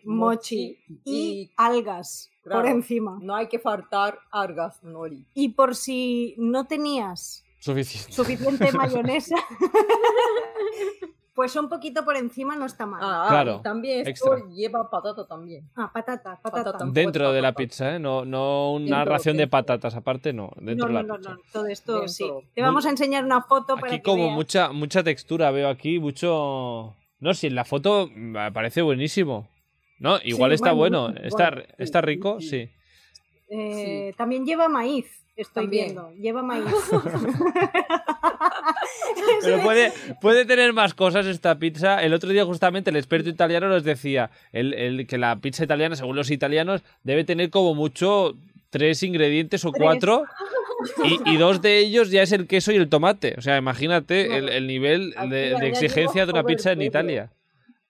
B: y mochi y, algas
C: claro.
B: por encima.
C: No hay que faltar algas nori.
B: Y por si no tenías
A: Suficiente.
B: suficiente mayonesa, pues un poquito por encima no está mal. Ah,
C: Ah, ah,
A: Claro,
C: y también esto
A: extra.
C: lleva patata también.
B: patata, patata.
C: Patata.
A: Dentro de la pizza, ¿eh? No, no una
C: Dentro,
A: ración de
C: dentro.
A: patatas aparte, no. Dentro de
B: No,
A: la
B: no, no,
A: pizza.
B: no, todo esto
C: Dentro.
B: sí. Te vamos a enseñar una foto para
A: Aquí
B: que
A: como
B: veas.
A: mucha, mucha textura veo aquí, mucho... No, si en la foto me parece buenísimo. No, igual está bueno,
C: bueno,
A: está,
C: bueno, sí,
A: está rico,
C: sí,
A: sí.
B: Eh, También lleva maíz. Estoy
C: También.
B: viendo. Lleva maíz.
A: Pero puede, puede tener más cosas esta pizza. El otro día justamente el experto italiano nos decía el, el- que la pizza italiana, según los italianos, debe tener como mucho tres ingredientes o
B: Tres.
A: cuatro. Y, y dos de ellos ya es el queso y el tomate. O sea, imagínate el, el nivel
C: Aquí
A: de, de
C: añadimos
A: exigencia de una
C: todo el
A: pizza en
C: pueblo.
A: Italia.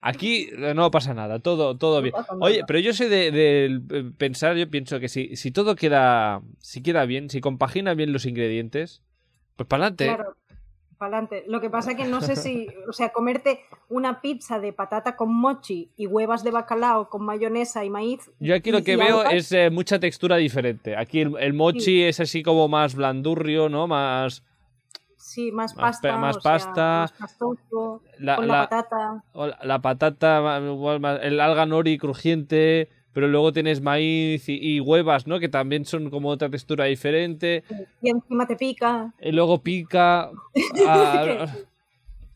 A: Aquí eh, no pasa nada, todo, todo bien.
C: pasa nada.
A: Oye, pero yo soy de, del, eh, pensar, yo pienso que si, si todo queda, si queda bien, si compagina bien los ingredientes, pues para adelante.
B: Claro, pa'lante. Lo que pasa que no sé si, o sea, comerte una pizza de patata con mochi y huevas de bacalao con mayonesa y maíz.
A: Yo aquí
B: y-
A: lo que
B: y
A: veo
B: algas,
A: es eh, mucha textura diferente. Aquí el, el mochi es así como más blandurrio, ¿no? Más
B: Sí, más
A: más
B: pasta.
A: pe- más
B: o sea,
A: pasta.
B: más pastoso,
A: la,
B: con la,
A: la-
B: patata.
A: o la- la patata, ma- igual más- el alga nori crujiente, pero luego tienes maíz y, y huevas, ¿no? Que también son como otra textura diferente.
B: Y encima te pica.
A: Y luego pica. ah,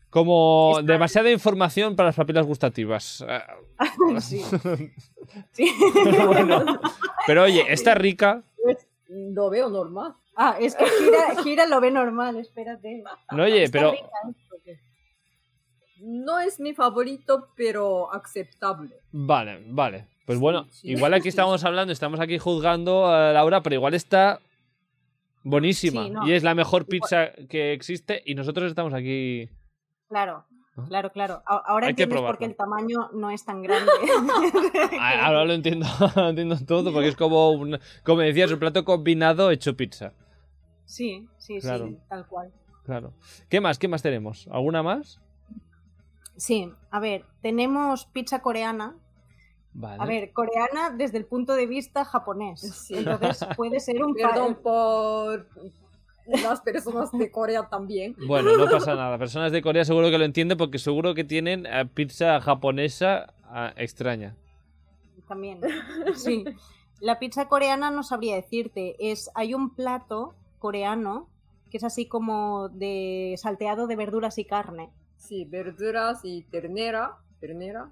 A: como demasiada información para las papilas gustativas. Ah,
B: Sí. Sí.
A: bueno. Pero oye, está rica.
C: Lo veo normal.
B: Ah, es que gira, gira lo ve normal, espérate.
A: No, oye,
B: Está
A: pero.
B: rica, ¿eh?
C: No es mi favorito, pero aceptable.
A: Vale, vale. Pues bueno,
C: sí,
A: igual aquí
C: sí.
A: estamos hablando, estamos aquí juzgando a Laura, pero igual está buenísima.
B: Sí, no.
A: Y es la mejor pizza que existe y nosotros estamos aquí.
B: Claro,
A: ¿No?
B: claro, claro. A- Ahora
A: Hay que
B: entiendes por
A: probarla.
B: qué el tamaño no es tan grande.
A: Ah, Ahora lo entiendo, lo entiendo todo, porque es como un, como decías, un plato combinado hecho pizza.
B: Sí, sí,
A: Claro.
B: sí, tal cual.
A: Claro. ¿Qué más? ¿Qué más tenemos? ¿Alguna más?
B: Sí, a ver, tenemos pizza coreana.
A: Vale.
B: A ver, coreana desde el punto de vista japonés.
C: Sí.
B: Entonces puede ser un pa-
C: Perdón por las personas de Corea también.
A: Bueno, no pasa nada. Personas de Corea seguro que lo entienden porque seguro que tienen eh, pizza japonesa eh, extraña.
B: también. Sí. La pizza coreana no sabría decirte. Es, hay un plato coreano que es así como de salteado de verduras y carne.
C: Sí, verduras y ternera, ternera,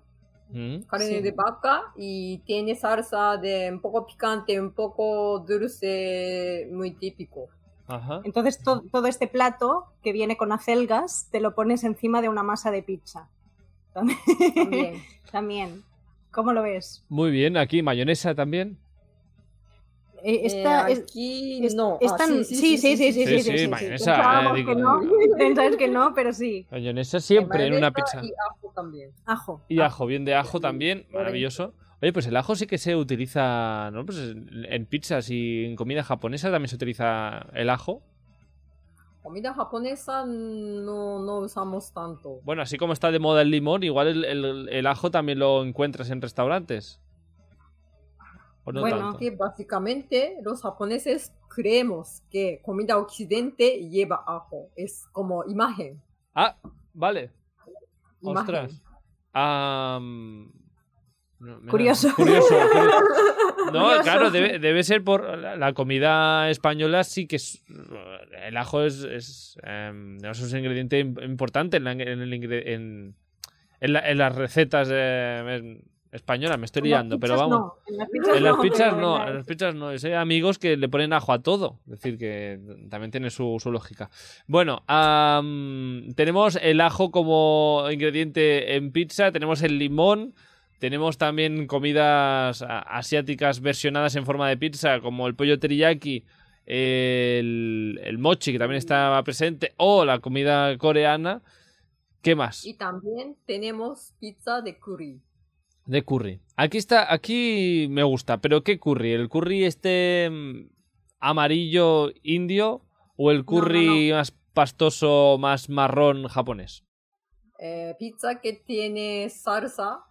A: ¿Mm?
C: carne
B: Sí.
C: de vaca y tiene salsa de un poco picante, un poco dulce, muy típico.
A: Ajá.
B: Entonces to- todo este plato que viene con acelgas te lo pones encima de una masa de pizza. También.
C: También.
B: También. ¿Cómo lo ves?
A: Muy bien, aquí mayonesa también.
B: Eh, Esta
C: Esta,
B: es-
C: aquí
B: es-
C: no. Ah,
B: están- sí, sí, sí,
A: sí,
B: sí, sí,
A: sí,
B: sí, sí.
A: mayonesa,
B: Pensábamos
A: eh, digo-
B: que no, pensáis que no, pero sí.
A: Mayonesa siempre en una
C: Mayonesa
A: pizza.
C: Y ajo también.
B: Ajo.
A: Y ajo, bien de ajo también,
C: correcto.
A: maravilloso. Oye, pues el ajo sí que se utiliza, ¿no? Pues en, en pizzas y en comida japonesa también se utiliza el ajo.
C: Comida japonesa no, no usamos tanto.
A: Bueno, así como está de moda el limón, igual el, el- el ajo también lo encuentras en restaurantes. ¿O no
B: Bueno,
A: tanto?
C: Que básicamente los japoneses creemos que comida occidente lleva ajo. Es como imagen.
A: Ah, vale.
C: imagen.
A: Ostras. Am, no, mira, Curioso.
B: Curioso.
A: curioso. No,
B: Curioso.
A: claro, debe, debe ser por la, la comida española sí que es, el ajo es, es, em, es un ingrediente im- importante en, la- en el ingre- en- en la- en las recetas em, en- españolas. Me estoy
B: En las
A: liando, pero
B: pizzas
A: vamos.
B: no, En las pizzas
A: En las
B: no,
A: pizzas
B: pero
A: no,
B: en
A: en
B: la-
A: las pizzas no. Es, eh, amigos que le ponen ajo a todo. Es decir, que también tiene su, su lógica. Bueno, am, tenemos el ajo como ingrediente en pizza, tenemos el limón, tenemos también comidas a- asiáticas versionadas en forma de pizza, como el pollo teriyaki, el, el mochi, que
B: Mm.
A: también está presente, o la comida coreana. ¿Qué más?
C: Y también tenemos pizza de curry.
A: De curry. Aquí está, aquí me gusta, pero ¿qué curry? ¿El curry este mm, amarillo indio o el curry más pastoso, más marrón japonés?
C: Eh, pizza que tiene salsa.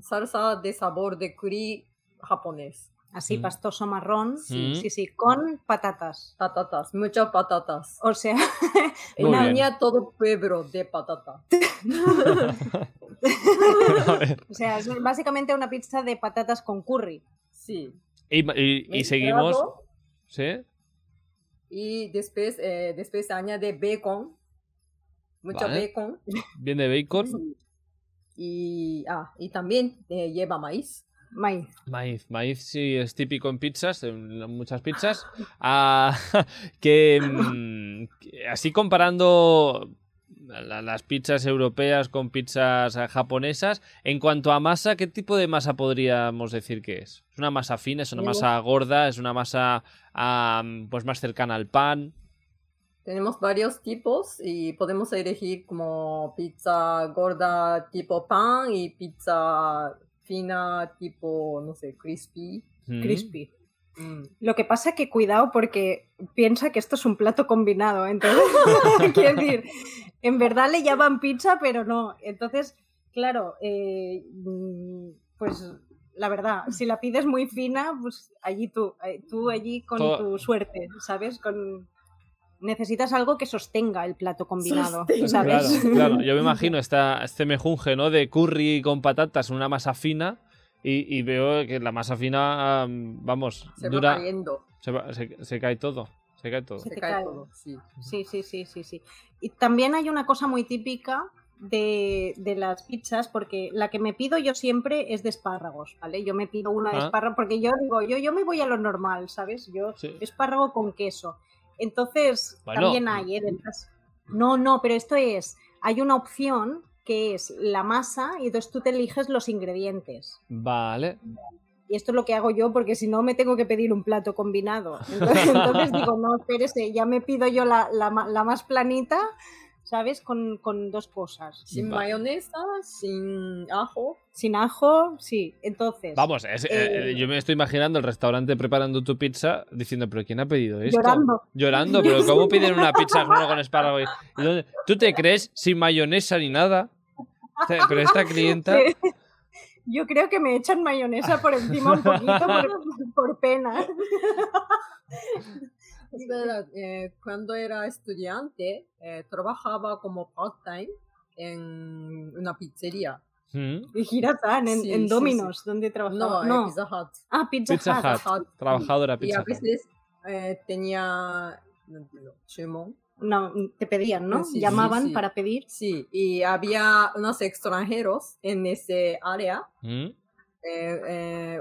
C: Salsa de sabor de curry japonés.
B: Así,
A: Mm.
B: pastoso marrón.
A: Sí.
B: Sí, sí, con patatas.
C: Patatas, muchas patatas.
B: O sea,
A: Muy
C: En la
A: bien.
C: mía todo pueblo de patata.
A: A ver.
B: o sea, es básicamente una pizza de patatas con curry.
C: Sí.
A: Y, y- y seguimos.
C: Mezclado.
A: ¿Sí?
C: Y después, eh, después se añade bacon. Mucho
A: Vale.
C: bacon.
A: Bien de bacon.
C: Y, ah, y también eh, lleva maíz.
B: Maíz.
A: Maíz, maíz sí es típico en pizzas, en muchas pizzas. Ah, que mm, que así comparando la- las pizzas europeas con pizzas eh, japonesas, en cuanto a masa, ¿qué tipo de masa podríamos decir que es? ¿Es una masa fina, es una
C: Uf.
A: masa gorda, es una masa ah, pues más cercana al pan?
C: Tenemos varios tipos y podemos elegir como pizza gorda tipo pan y pizza fina tipo, no sé, crispy.
A: Mm.
B: Crispy.
C: Mm.
B: Lo que pasa que cuidado porque piensa que esto es un plato combinado, entonces, quiero decir, en verdad le llaman pizza, pero no. Entonces, claro, eh, mm, pues la verdad, si la pides muy fina, pues allí tú, eh, tú allí con
A: Todo-
B: tu suerte, ¿sabes? Con... Necesitas algo que sostenga el plato combinado,
C: Sostenga.
A: Claro,
B: ¿sabes?
A: claro. Yo me imagino esta, este mejunje, ¿no? De curry con patatas, una masa fina. Y, y veo que la masa fina, ah, vamos,
C: Se va
A: dura.
C: cayendo,
A: Se, va- se- se cae todo. Se cae todo.
B: Sí.
C: se
B: te
C: cae
B: cae.
C: todo, sí.
B: Sí, sí, sí, sí, sí. Y también hay una cosa muy típica de, de las pizzas, porque la que me pido yo siempre es de espárragos, ¿vale? Yo me pido una de
A: Ah.
B: espárragos, porque yo digo, yo, yo me voy a lo normal, ¿sabes? Yo
A: Sí.
B: espárrago con queso. Entonces,
A: Bueno.
B: también hay, ¿eh? De las- No, no, pero esto es, hay una opción que es la masa y entonces tú te eliges los ingredientes.
A: Vale.
B: Y esto es lo que hago yo porque si no me tengo que pedir un plato combinado. Entonces, entonces digo, no, espérese, ya me pido yo la, la ma- la más planita, ¿sabes? Con, con dos cosas.
C: Sin
A: Vale.
C: mayonesa, sin ajo.
B: Sin ajo, sí. Entonces,
A: Vamos, es- eh,
B: Eh.
A: yo me estoy imaginando el restaurante preparando tu pizza diciendo, pero ¿quién ha pedido esto?
B: llorando.
A: Llorando, pero ¿cómo piden una pizza con con espárrago? ¿Y dónde- ¿Tú te crees sin mayonesa ni nada? Esta- Pero esta clienta...
B: Yo creo que me echan mayonesa por encima un poquito por, por pena.
C: Es verdad, eh, cuando era estudiante, eh, trabajaba como part-time en una pizzería.
A: Mm,
B: Y giratán en,
C: Sí,
B: en
C: sí,
B: Domino's, donde
C: No,
B: trabajaba.
C: en
B: No.
C: Pizza Hut.
B: Ah, Pizza,
A: Pizza
B: Hut.
A: Hut. Trabajadora
C: Y a
A: pizza.
C: veces eh, tenía no entiendo, chumón.
B: No, te pedían, ¿no?
C: Sí, sí,
B: Llamaban
C: sí.
B: para pedir.
C: Sí, y había unos extranjeros en ese área.
A: Mm,
C: Eh, eh,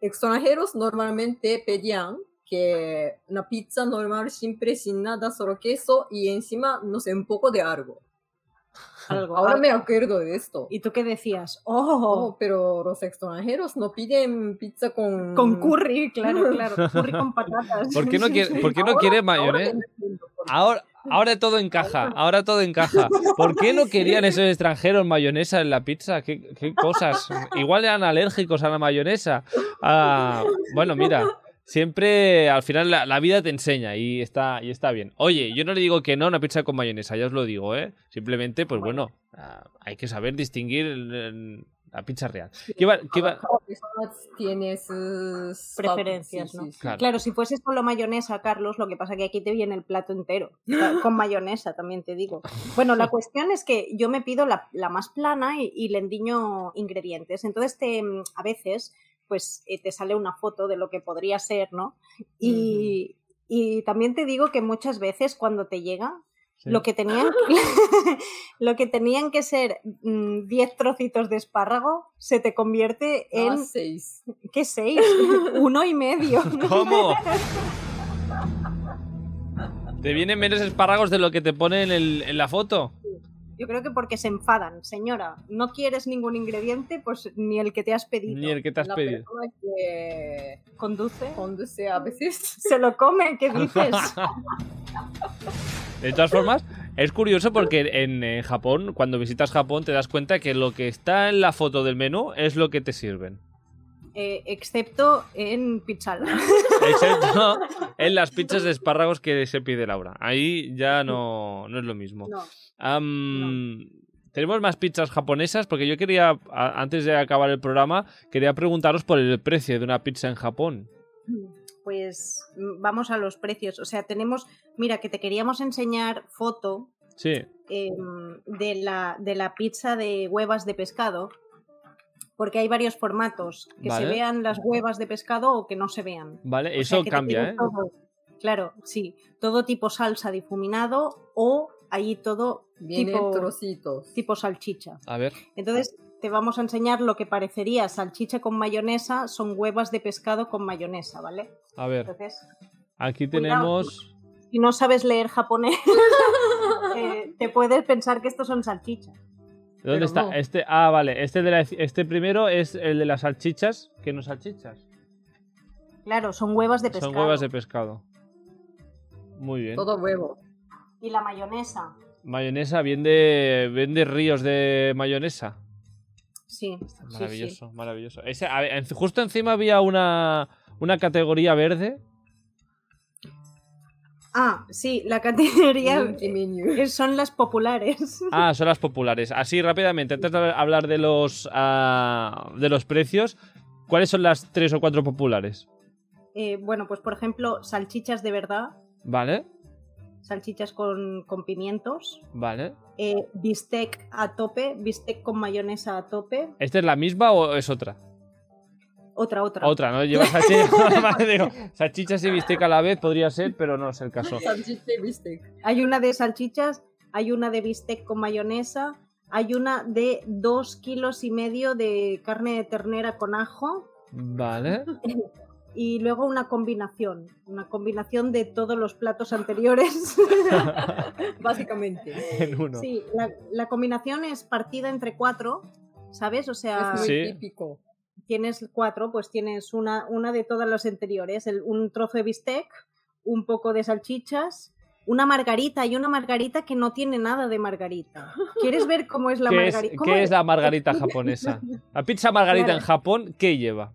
C: extranjeros normalmente pedían que una pizza normal, siempre sin nada, solo queso y encima, no sé, un poco de algo.
B: Algo. Ah,
C: Ahora me acuerdo de esto.
B: ¿Y tú qué decías?
C: Oh,
B: ¡Oh!
C: pero los extranjeros no piden pizza con...
B: Con curry, claro, claro. Curry con patatas.
A: Mm. ¿Por qué no
B: Sí,
A: quiere,
B: sí.
A: ¿por qué no
C: Ahora-
A: quiere
C: Ahora
A: mayonesa?
C: ya no entiendo por qué.
A: Ahora, ahora todo encaja, ahora todo encaja. ¿Por qué no querían esos extranjeros mayonesa en la pizza? ¿Qué, qué cosas? Igual eran alérgicos a la mayonesa. Ah, bueno, mira, siempre al final la, la vida te enseña y está, y está bien. Oye, yo no le digo que no a una pizza con mayonesa, ya os lo digo, ¿eh? Simplemente, pues bueno, ah, hay que saber distinguir el- el- la pizza real. ¿Qué va- qué va-
C: Cada persona tiene sus
B: Preferencias,
C: sí,
B: ¿no?
C: sí, sí.
A: Claro.
B: Claro, si fueses con la mayonesa, Carlos, lo que pasa que aquí te viene el plato entero. Con mayonesa, también te digo. Bueno, la cuestión es que yo me pido la, la más plana y, y le endiño ingredientes. Entonces, te, mm, a veces, pues eh, te sale una foto de lo que podría ser, ¿no? Y, y también te digo que muchas veces cuando te llega,
A: Sí.
B: Lo que tenían lo que tenían que ser mm, 10 trocitos de espárrago se te convierte
C: Ah,
B: en
C: seis.
B: ¿qué seis? Uno y medio.
A: ¿Cómo? ¿Te vienen menos espárragos de lo que te pone en, el- en la foto?
B: Yo creo que porque se enfadan, señora. No quieres ningún ingrediente, pues ni el que te has pedido.
A: Ni el que te has
C: La
A: pedido.
C: persona que
B: Conduce.
C: conduce a veces.
B: Se lo come, ¿qué dices?
A: De todas formas, es curioso porque en, eh, Japón, cuando visitas Japón, te das cuenta que lo que está en la foto del menú es lo que te sirven.
B: Eh, excepto en Pichal.
A: Excepto en las pizzas de espárragos que se pide Laura. Ahí ya no, no es lo mismo.
B: No.
A: Am, Tenemos más pizzas japonesas porque yo quería, a- antes de acabar el programa, quería preguntaros por el precio de una pizza en Japón.
B: Pues mm, vamos a los precios. O sea, tenemos. Mira, que te queríamos enseñar foto
A: Sí.
B: em, de, la, de la pizza de huevas de pescado, porque hay varios formatos, que
A: Vale.
B: se vean las huevas de pescado o que no se vean.
A: Vale,
B: O sea,
A: eso
B: que te
A: cambia,
B: tiene
A: ¿eh?
B: todo. Claro, sí, todo tipo salsa difuminado o ahí todo
C: Viene
B: tipo,
C: trocitos.
B: tipo salchicha.
A: A ver.
B: Entonces, te vamos a enseñar lo que parecería salchicha con mayonesa, son huevas de pescado con mayonesa, ¿vale?
A: A ver,
B: Entonces,
A: aquí
B: Cuidado.
A: tenemos.
B: si no sabes leer japonés, eh, te puedes pensar que estos son salchichas.
A: ¿Dónde
C: Pero
A: está?
C: no.
A: Este, ah, vale. Este, de la- este primero es el de las salchichas, que no salchichas.
B: Claro, son huevas de pescado.
A: Son huevas de pescado. Muy bien.
C: Todo huevo.
B: Y la mayonesa.
A: Mayonesa, bien de, bien de ríos de mayonesa.
B: Sí, sí,
A: Maravilloso, maravilloso. Ese- a ver, en- justo encima había una, una categoría verde.
B: sí. Ah, sí, la categoría
C: Milky menu.
B: eh, son las populares.
A: Ah, son las populares. Así rápidamente, antes de hablar de los, ah, de los precios, ¿cuáles son las tres o cuatro populares?
B: Eh, bueno, pues por ejemplo, salchichas de verdad,
A: Vale,
B: salchichas con, con pimientos,
A: vale.
B: eh, bistec a tope, bistec con mayonesa a tope,
A: ¿Esta es la misma o es otra?
B: otra, otra.
A: Otra, ¿no? Llevas salchichas, Vale, digo, salchichas y bistec a la vez, podría ser, pero no es el caso.
C: Salchicha y bistec.
B: Hay una de salchichas, hay una de bistec con mayonesa, hay una de dos kilos y medio de carne de ternera con ajo
A: Vale.
B: y luego una combinación, una combinación de todos los platos anteriores.
C: Básicamente.
A: en uno.
B: Sí, la, la combinación es partida entre cuatro, ¿sabes? O sea,
C: Es muy
A: Sí.
C: típico.
B: tienes cuatro, pues tienes una, una de todas las anteriores, el- un trozo de bistec, un poco de salchichas, una margarita y una margarita que no tiene nada de margarita. ¿Quieres ver cómo es la
A: ¿Qué, es,
B: margarita?
A: qué
B: ¿Cómo
A: es la margarita japonesa? La pizza margarita
B: Claro.
A: en Japón, ¿qué lleva?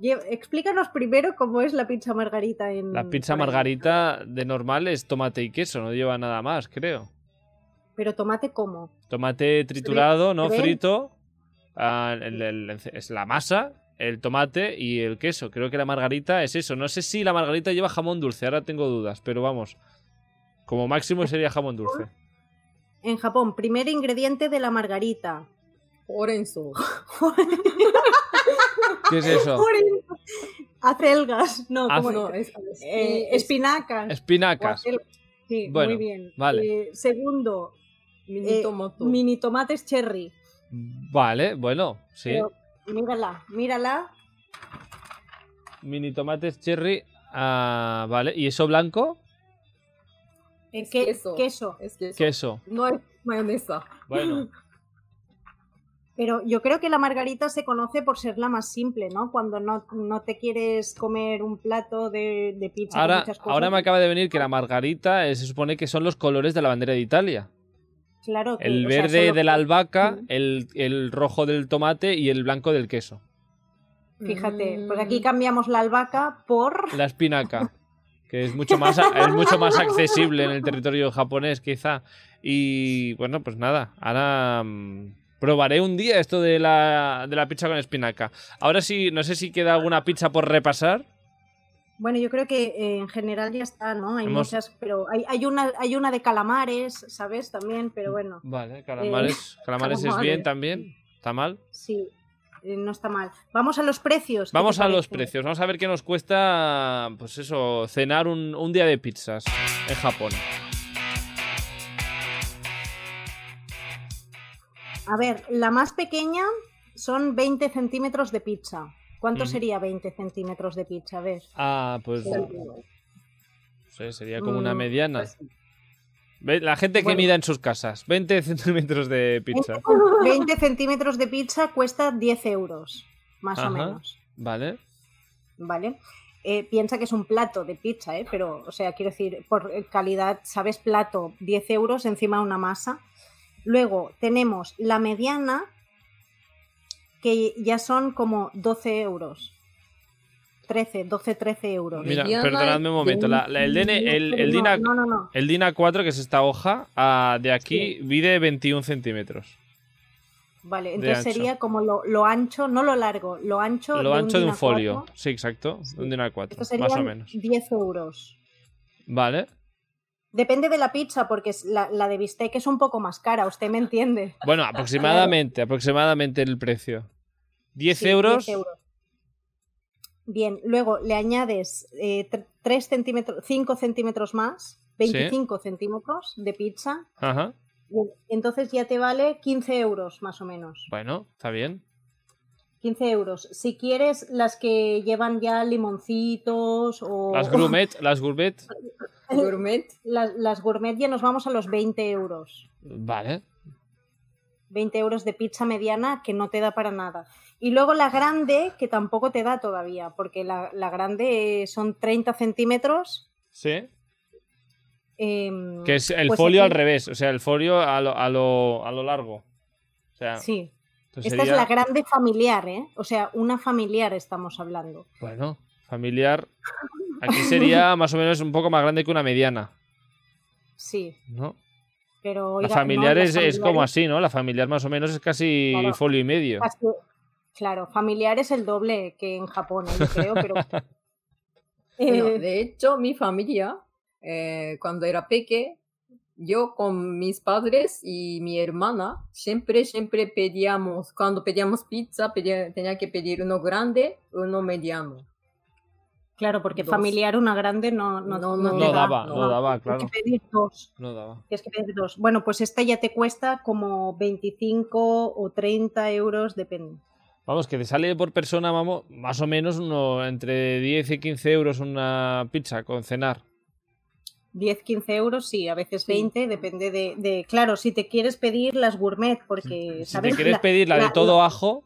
B: Lle- Explícanos primero cómo es la pizza margarita en
A: La pizza
B: por ahí.
A: margarita de normal es tomate y queso, no lleva nada más, creo.
B: Pero tomate cómo?
A: Tomate triturado, ¿no?
B: ven.
A: Frito. ah, el- el- el- es la masa, el tomate y el queso. Creo que la margarita es eso. No sé si la margarita lleva jamón dulce, ahora tengo dudas, pero vamos. Como máximo sería jamón dulce.
B: En Japón, primer ingrediente de la margarita.
C: Orenzo.
A: ¿Qué es eso?
B: Acelgas, no,
A: Ah,
B: ¿cómo
C: No,
B: es?
C: es,
B: Eh,
C: es-
B: espinacas. o
A: Espinacas.
B: acelgas. Sí,
A: este Bueno,
B: muy bien.
A: vale.
B: Eh, segundo,
C: mini
B: eh,
C: tomato.
B: mini tomates cherry.
A: Vale, bueno, sí.
B: Pero mírala, mírala.
A: Mini tomates cherry. ah, vale, ¿y eso blanco?
B: Es
C: queso.
B: queso.
C: Es que eso-
A: Queso.
C: No es mayonesa.
A: Bueno.
B: Pero yo creo que la margarita se conoce por ser la más simple, ¿no? Cuando no, no te quieres comer un plato de, de pizza con
A: Ahora,
B: muchas cosas.
A: ahora me acaba de venir que la margarita eh, se supone que son los colores de la bandera de Italia.
B: Claro que,
A: El
B: o sea,
A: verde
B: solo-
A: de la albahaca,
B: Mm.
A: el, el rojo del tomate y el blanco del queso.
B: Fíjate, pues aquí
C: Mm.
B: cambiamos la albahaca por.
A: La espinaca, que es mucho más, a- es mucho más accesible en el territorio japonés quizá. Y bueno, pues nada, ahora mm, probaré un día esto de la, de la pizza con espinaca. Ahora sí, no sé si queda alguna pizza por repasar.
B: Bueno, yo creo que eh, en general ya está, ¿no? Hay
A: Hemos-
B: muchas, pero hay, hay una, hay una de calamares, ¿sabes? También,
A: Mm,
B: pero bueno,
A: Vale, calamares, Eh, calamares es
C: calamares.
A: bien también, está mal.
B: sí, eh, no está mal. Vamos a los precios. ¿qué
A: Vamos
B: te
A: a los
B: parece?
A: precios. Vamos a ver qué nos cuesta, pues eso, cenar un, un día de pizzas en Japón.
B: A ver, la más pequeña son 20 centímetros de pizza. ¿Cuánto
A: Ujú.
B: sería 20 centímetros de pizza? A ver.
A: Ah, pues no sé, sería como una
B: Mm,
A: mediana.
C: pues
A: Ve- La gente que
B: Bueno.
A: mida en sus casas, 20 centímetros de pizza.
B: 20 centímetros de pizza cuesta 10 euros, más
A: Ajá.
B: o menos.
A: Vale.
B: ¿Vale? Eh, piensa que es un plato de pizza, ¿eh? Pero, o sea, quiero decir, por calidad, ¿sabes? Plato, 10 euros encima de una masa. Luego tenemos la mediana, que ya son como 12 euros. 13, 12, 13 euros.
A: Mira,
C: Mediana
A: perdonadme un momento. la- la- el, DN el, el DINA,
B: No, no, no.
A: el DINA 4, que es esta hoja, ah, de aquí mide 21 centímetros.
B: Vale,
A: de
B: entonces
A: ancho.
B: sería como lo, lo ancho, no lo largo, lo ancho
A: Lo ancho de un
B: DIN A4.
A: folio. Sí, exacto. Un DINA
B: Esto
A: 4,
B: serían
A: más o menos.
B: 10 euros.
A: Vale.
B: Depende de la pizza, porque es la, la de bistec es un poco más cara, usted me entiende.
A: Bueno, aproximadamente, aproximadamente el precio. 10
B: Sí, 10
A: euros.
B: Bien, luego le añades eh, 3 centímetros, 5 centímetros más, 25 centímetros de pizza
A: Ajá.
B: Entonces ya te vale 15 euros más o menos.
A: Bueno, está bien.
B: 15 euros. Si quieres las que llevan ya limoncitos o...
A: Las gourmet, las gourmet.
C: Gourmet.
B: las, las gourmet ya nos vamos a los 20 euros.
A: Vale.
B: 20 euros de pizza mediana que no te da para nada. Y luego la grande, que tampoco te da todavía, porque la, la grande eh, son 30 centímetros.
A: Sí.
B: em,
A: Que es el
B: Pues
A: folio
B: aquí-
A: al revés, o sea, el folio a lo, a lo, a lo largo. O sea,
B: Sí.
A: esto
B: Esta
A: sería-
B: es la grande familiar, ¿eh? O sea, una familiar estamos hablando.
A: Bueno, familiar. Aquí sería más o menos un poco más grande que una mediana,
B: Sí,
A: ¿no?
B: pero...
A: la
B: oiga, no,
A: familiar
B: las
A: es, es como
B: familiares-
A: así, ¿no? La familiar más o menos es casi
B: Claro.
A: folio y medio.
B: Así- Claro, familiar es el doble que en Japón, ¿eh? yo creo, pero...
C: Bueno,
B: Eh,
C: de hecho, mi familia, eh, cuando era peque, yo con mis padres y mi hermana, siempre, siempre pedíamos, cuando pedíamos pizza, pedía- tenía que pedir uno grande, uno mediano.
B: claro, porque
C: dos.
B: familiar una grande no, no,
C: No,
B: no
C: no
B: te
A: No
B: da.
A: daba,
C: no.
A: no daba,
B: Tienes
A: claro.
B: que pedir dos.
A: No daba.
B: Tienes que pedir dos. Bueno, pues esta ya te cuesta como 25 o 30 euros, depende.
A: Vamos, que te sale por persona, vamos, más o menos uno, entre 10 y 15 euros una pizza con cenar.
B: 10, 15 euros, sí, a veces
C: Sí.
B: 20, depende de, de- Claro, si te quieres pedir las gourmet, porque,
A: Si
B: ¿sabes?
A: te quieres pedir la de todo ajo,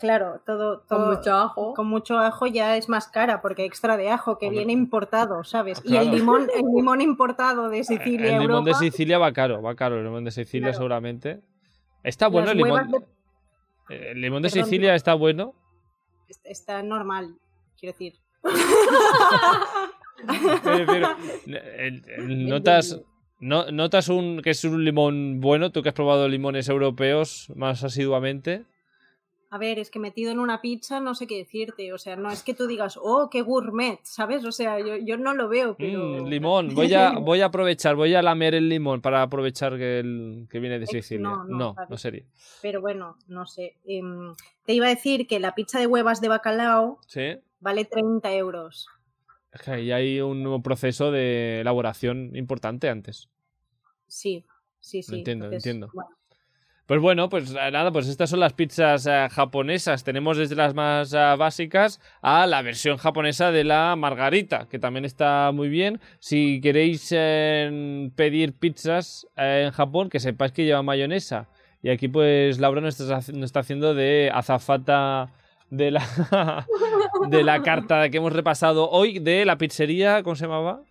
B: claro, todo,
C: Con
B: todo-
C: mucho ajo.
B: con mucho ajo ya es más cara, porque extra de ajo, que
A: Hombre. eh, ah,
B: viene importado, ¿sabes? Y
A: Claro.
B: el limón, el limón importado de Sicilia,
A: el limón de
B: Europa,
A: Sicilia va caro, va caro el limón de Sicilia seguramente. Está
B: Las
A: bueno el limón.
B: huevas
A: El limón de
B: Perdón,
A: Sicilia
B: digo.
A: está bueno.
B: es- está normal, quiero decir.
A: Me refiero, el- el- notas, no- notas un que es un limón bueno, tú que has probado limones europeos más asiduamente.
B: A ver, es que metido en una pizza no sé qué decirte. O sea, no es que tú digas, oh, qué gourmet, ¿sabes? O sea, yo, yo no lo veo, pero.
A: Mm, limón, voy a, voy a aprovechar, voy a lamer el limón para aprovechar que, el, que viene de
B: Ex-
A: Sicilia. No,
B: no,
A: no,
B: no, claro.
A: sería.
B: Pero bueno, no sé. Em, te iba a decir que la pizza de huevas de bacalao
A: Sí.
B: vale 30 euros.
A: Es que ahí hay un nuevo proceso de elaboración importante antes.
B: Sí, sí, sí.
A: Entiendo, entiendo.
B: bueno,
A: Pues bueno, pues eh, nada, pues estas son las pizzas eh, japonesas. Tenemos desde las más eh, básicas a la versión japonesa de la margarita, que también está muy bien. Si queréis eh, pedir pizzas eh, en Japón, que sepáis que lleva mayonesa. Y aquí pues Laura nos está, haci- nos está haciendo de azafata de la, de la carta que hemos repasado hoy de la pizzería, ¿cómo se llamaba?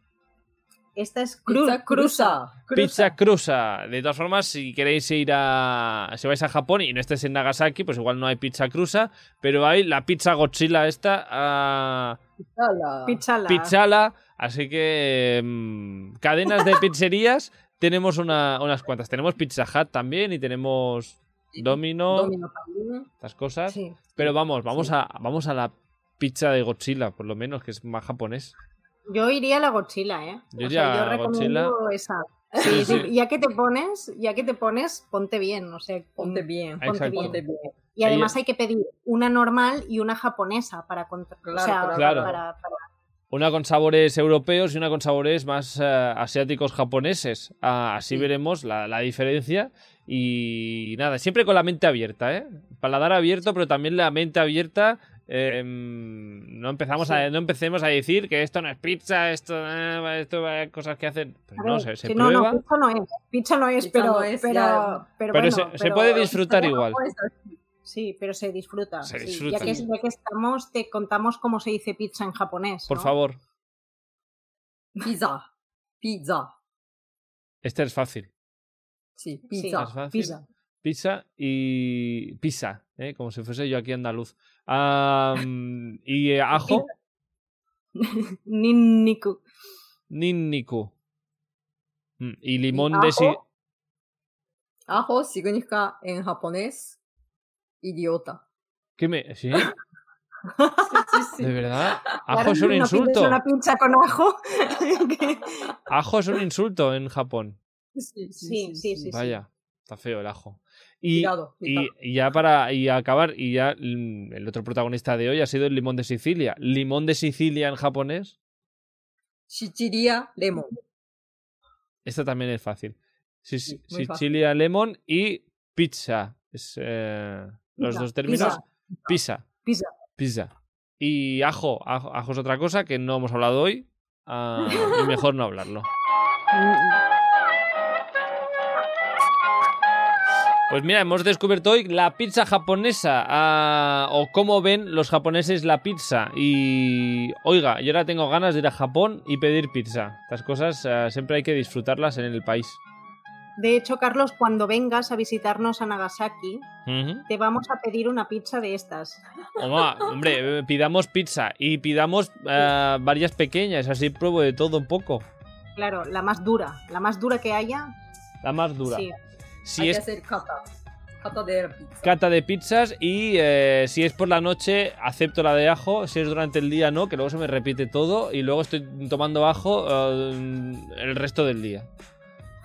B: esta es cru-
C: Pizza cruza.
A: Pizza Cruza. De todas formas, si queréis ir a. Si vais a Japón y no estáis en Nagasaki, pues igual no hay Pizza Cruza, pero hay la Pizza Godzilla esta, a
C: Ala.
B: Pizzala.
A: Pizzala. Así que. mm, cadenas de pizzerías tenemos una- unas cuantas. Tenemos Pizza Hut también y tenemos Domino,
C: Domino también.
A: estas cosas.
C: Sí.
A: Pero vamos, vamos,
C: Sí.
A: a, vamos a la pizza de Godzilla, por lo menos, que es más japonés.
B: Yo iría a la Godzilla, ¿eh?
A: Yo
B: O sea,
A: iría a la
B: recomiendo esa. Sí, sí, Ya que te pones, ya que te pones, ponte bien, o sea,
C: Ponte bien.
A: Exacto.
B: Ponte bien.
C: Ponte bien.
B: Y
A: Ahí-
B: además hay que pedir una normal y una japonesa para contra-
C: Claro,
B: o sea,
C: claro,
A: Claro.
B: para- para-
A: Una con sabores europeos y una con sabores más eh, asiáticos japoneses. Ah, así
C: Sí.
A: veremos la, la diferencia. Y nada, siempre con la mente abierta, ¿eh? Paladar abierto, pero también la mente abierta. eh, em, no, empezamos a, no empecemos a decir que esto no es pizza, esto, eh, esto eh, cosas que hacen. Pero
B: a
A: no,
B: ver,
A: se, se
B: sí, no,
A: prueba.
B: no, pizza no es, pizza no es,
C: Pizza
B: pero,
C: no es,
B: pero,
C: ya.
A: Pero
B: pero bueno,
A: se- se
B: pero-
A: puede disfrutar igual.
C: Pues,
B: Sí, pero se disfruta.
A: Se
B: sí.
A: disfruta.
B: Ya, que, ya que estamos, te contamos cómo se dice pizza en japonés.
A: Por
B: ¿no?
A: favor,
C: Pizza. Pizza.
A: este es fácil.
C: Sí,
A: Es
C: pizza.
A: fácil.
B: Pizza.
A: Pizza y pizza, ¿eh? como si fuese yo aquí andaluz. Ah, mm, y eh, ajo,
B: Ninniku.
A: ninniku. Mm, Y limón
C: ajo?
A: de si...
C: Ajo significa en japonés idiota.
A: ¿Qué me... ¿Sí?
C: Sí, sí.
A: ¿De verdad? Ajo
B: Claro,
A: es un
B: no pides
A: insulto.
B: una pizza con ajo. Que-
A: Ajo es un insulto en Japón.
C: Sí,
B: Sí, sí, sí.
A: Vaya, está feo el ajo. Y,
C: Cuidado,
A: y,
C: cuidado.
A: y ya para y acabar, y ya mm, el otro protagonista de hoy ha sido el limón de Sicilia. ¿Limón de Sicilia en japonés?
C: Shichiria lemon.
A: Esta también es fácil. Sí, sí,
C: muy fácil.
A: Sicilia Lemon y pizza. Es, eh, los
C: Pizza,
A: dos términos. Pizza.
B: Pizza.
A: Pizza. Y ajo. ajo. ajo es otra cosa que no hemos hablado hoy. ah, y mejor no hablarlo. Pues mira, hemos descubierto hoy la pizza japonesa ah, o cómo ven los japoneses la pizza. Y oiga, yo ahora tengo ganas de ir a Japón y pedir pizza. Estas cosas ah, siempre hay que disfrutarlas en el país.
B: De hecho, Carlos, cuando vengas a visitarnos a Nagasaki,
A: Ujú.
B: te vamos a pedir una pizza de estas.
A: Oma, hombre, eh, pidamos pizza y pidamos ah, varias pequeñas, así pruebo de todo un poco.
B: Claro, la más dura, la más dura que haya.
A: La más dura.
B: Sí.
A: Si
C: Hay que
A: es
C: hacer kata. Kata de pizza.
A: cata de pizzas y eh, si es por la noche acepto la de ajo, si es durante el día no, que luego se me repite todo y luego estoy tomando ajo eh, el resto del día.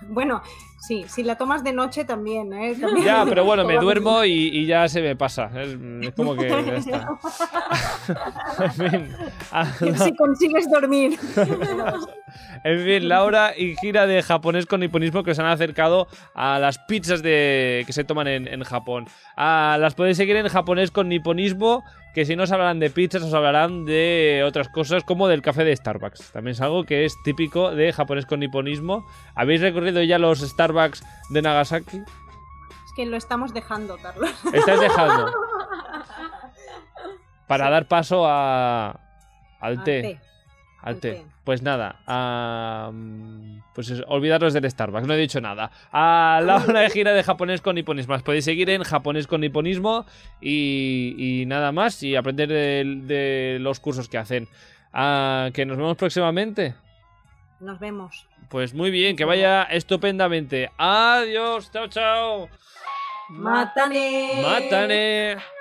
B: Bueno, sí, si la tomas de noche también, ¿eh? También.
A: Ya, pero bueno, me duermo y, y ya se me pasa. Es, es como que ya está. en fin. Ah,
B: Si consigues dormir.
A: En fin, Laura y Gira de japonés con niponismo que os han acercado a las pizzas de, que se toman en, en Japón. Ah, las podéis seguir en japonés con niponismo, que si no os hablarán de pizzas, os hablarán de otras cosas como del café de Starbucks. También es algo que es típico de japonés con niponismo. ¿Habéis recorrido ya los Starbucks de Nagasaki?
B: Es que lo estamos dejando, Carlos.
A: Estáis dejando. Para dar paso a, al
B: Ah,
A: té.
B: té.
A: Al
B: Al
A: té.
B: té.
A: Pues nada, ah, pues eso, olvidaros del Starbucks, no he dicho nada. A la hora de gira de japonés con niponismo, os podéis seguir en japonés con niponismo y, y nada más y aprender de, de los cursos que hacen. Ah, que nos vemos próximamente.
B: Nos vemos.
A: Pues muy bien, que vaya estupendamente. Adiós, chao, chao.
C: Matane.
A: Mátane.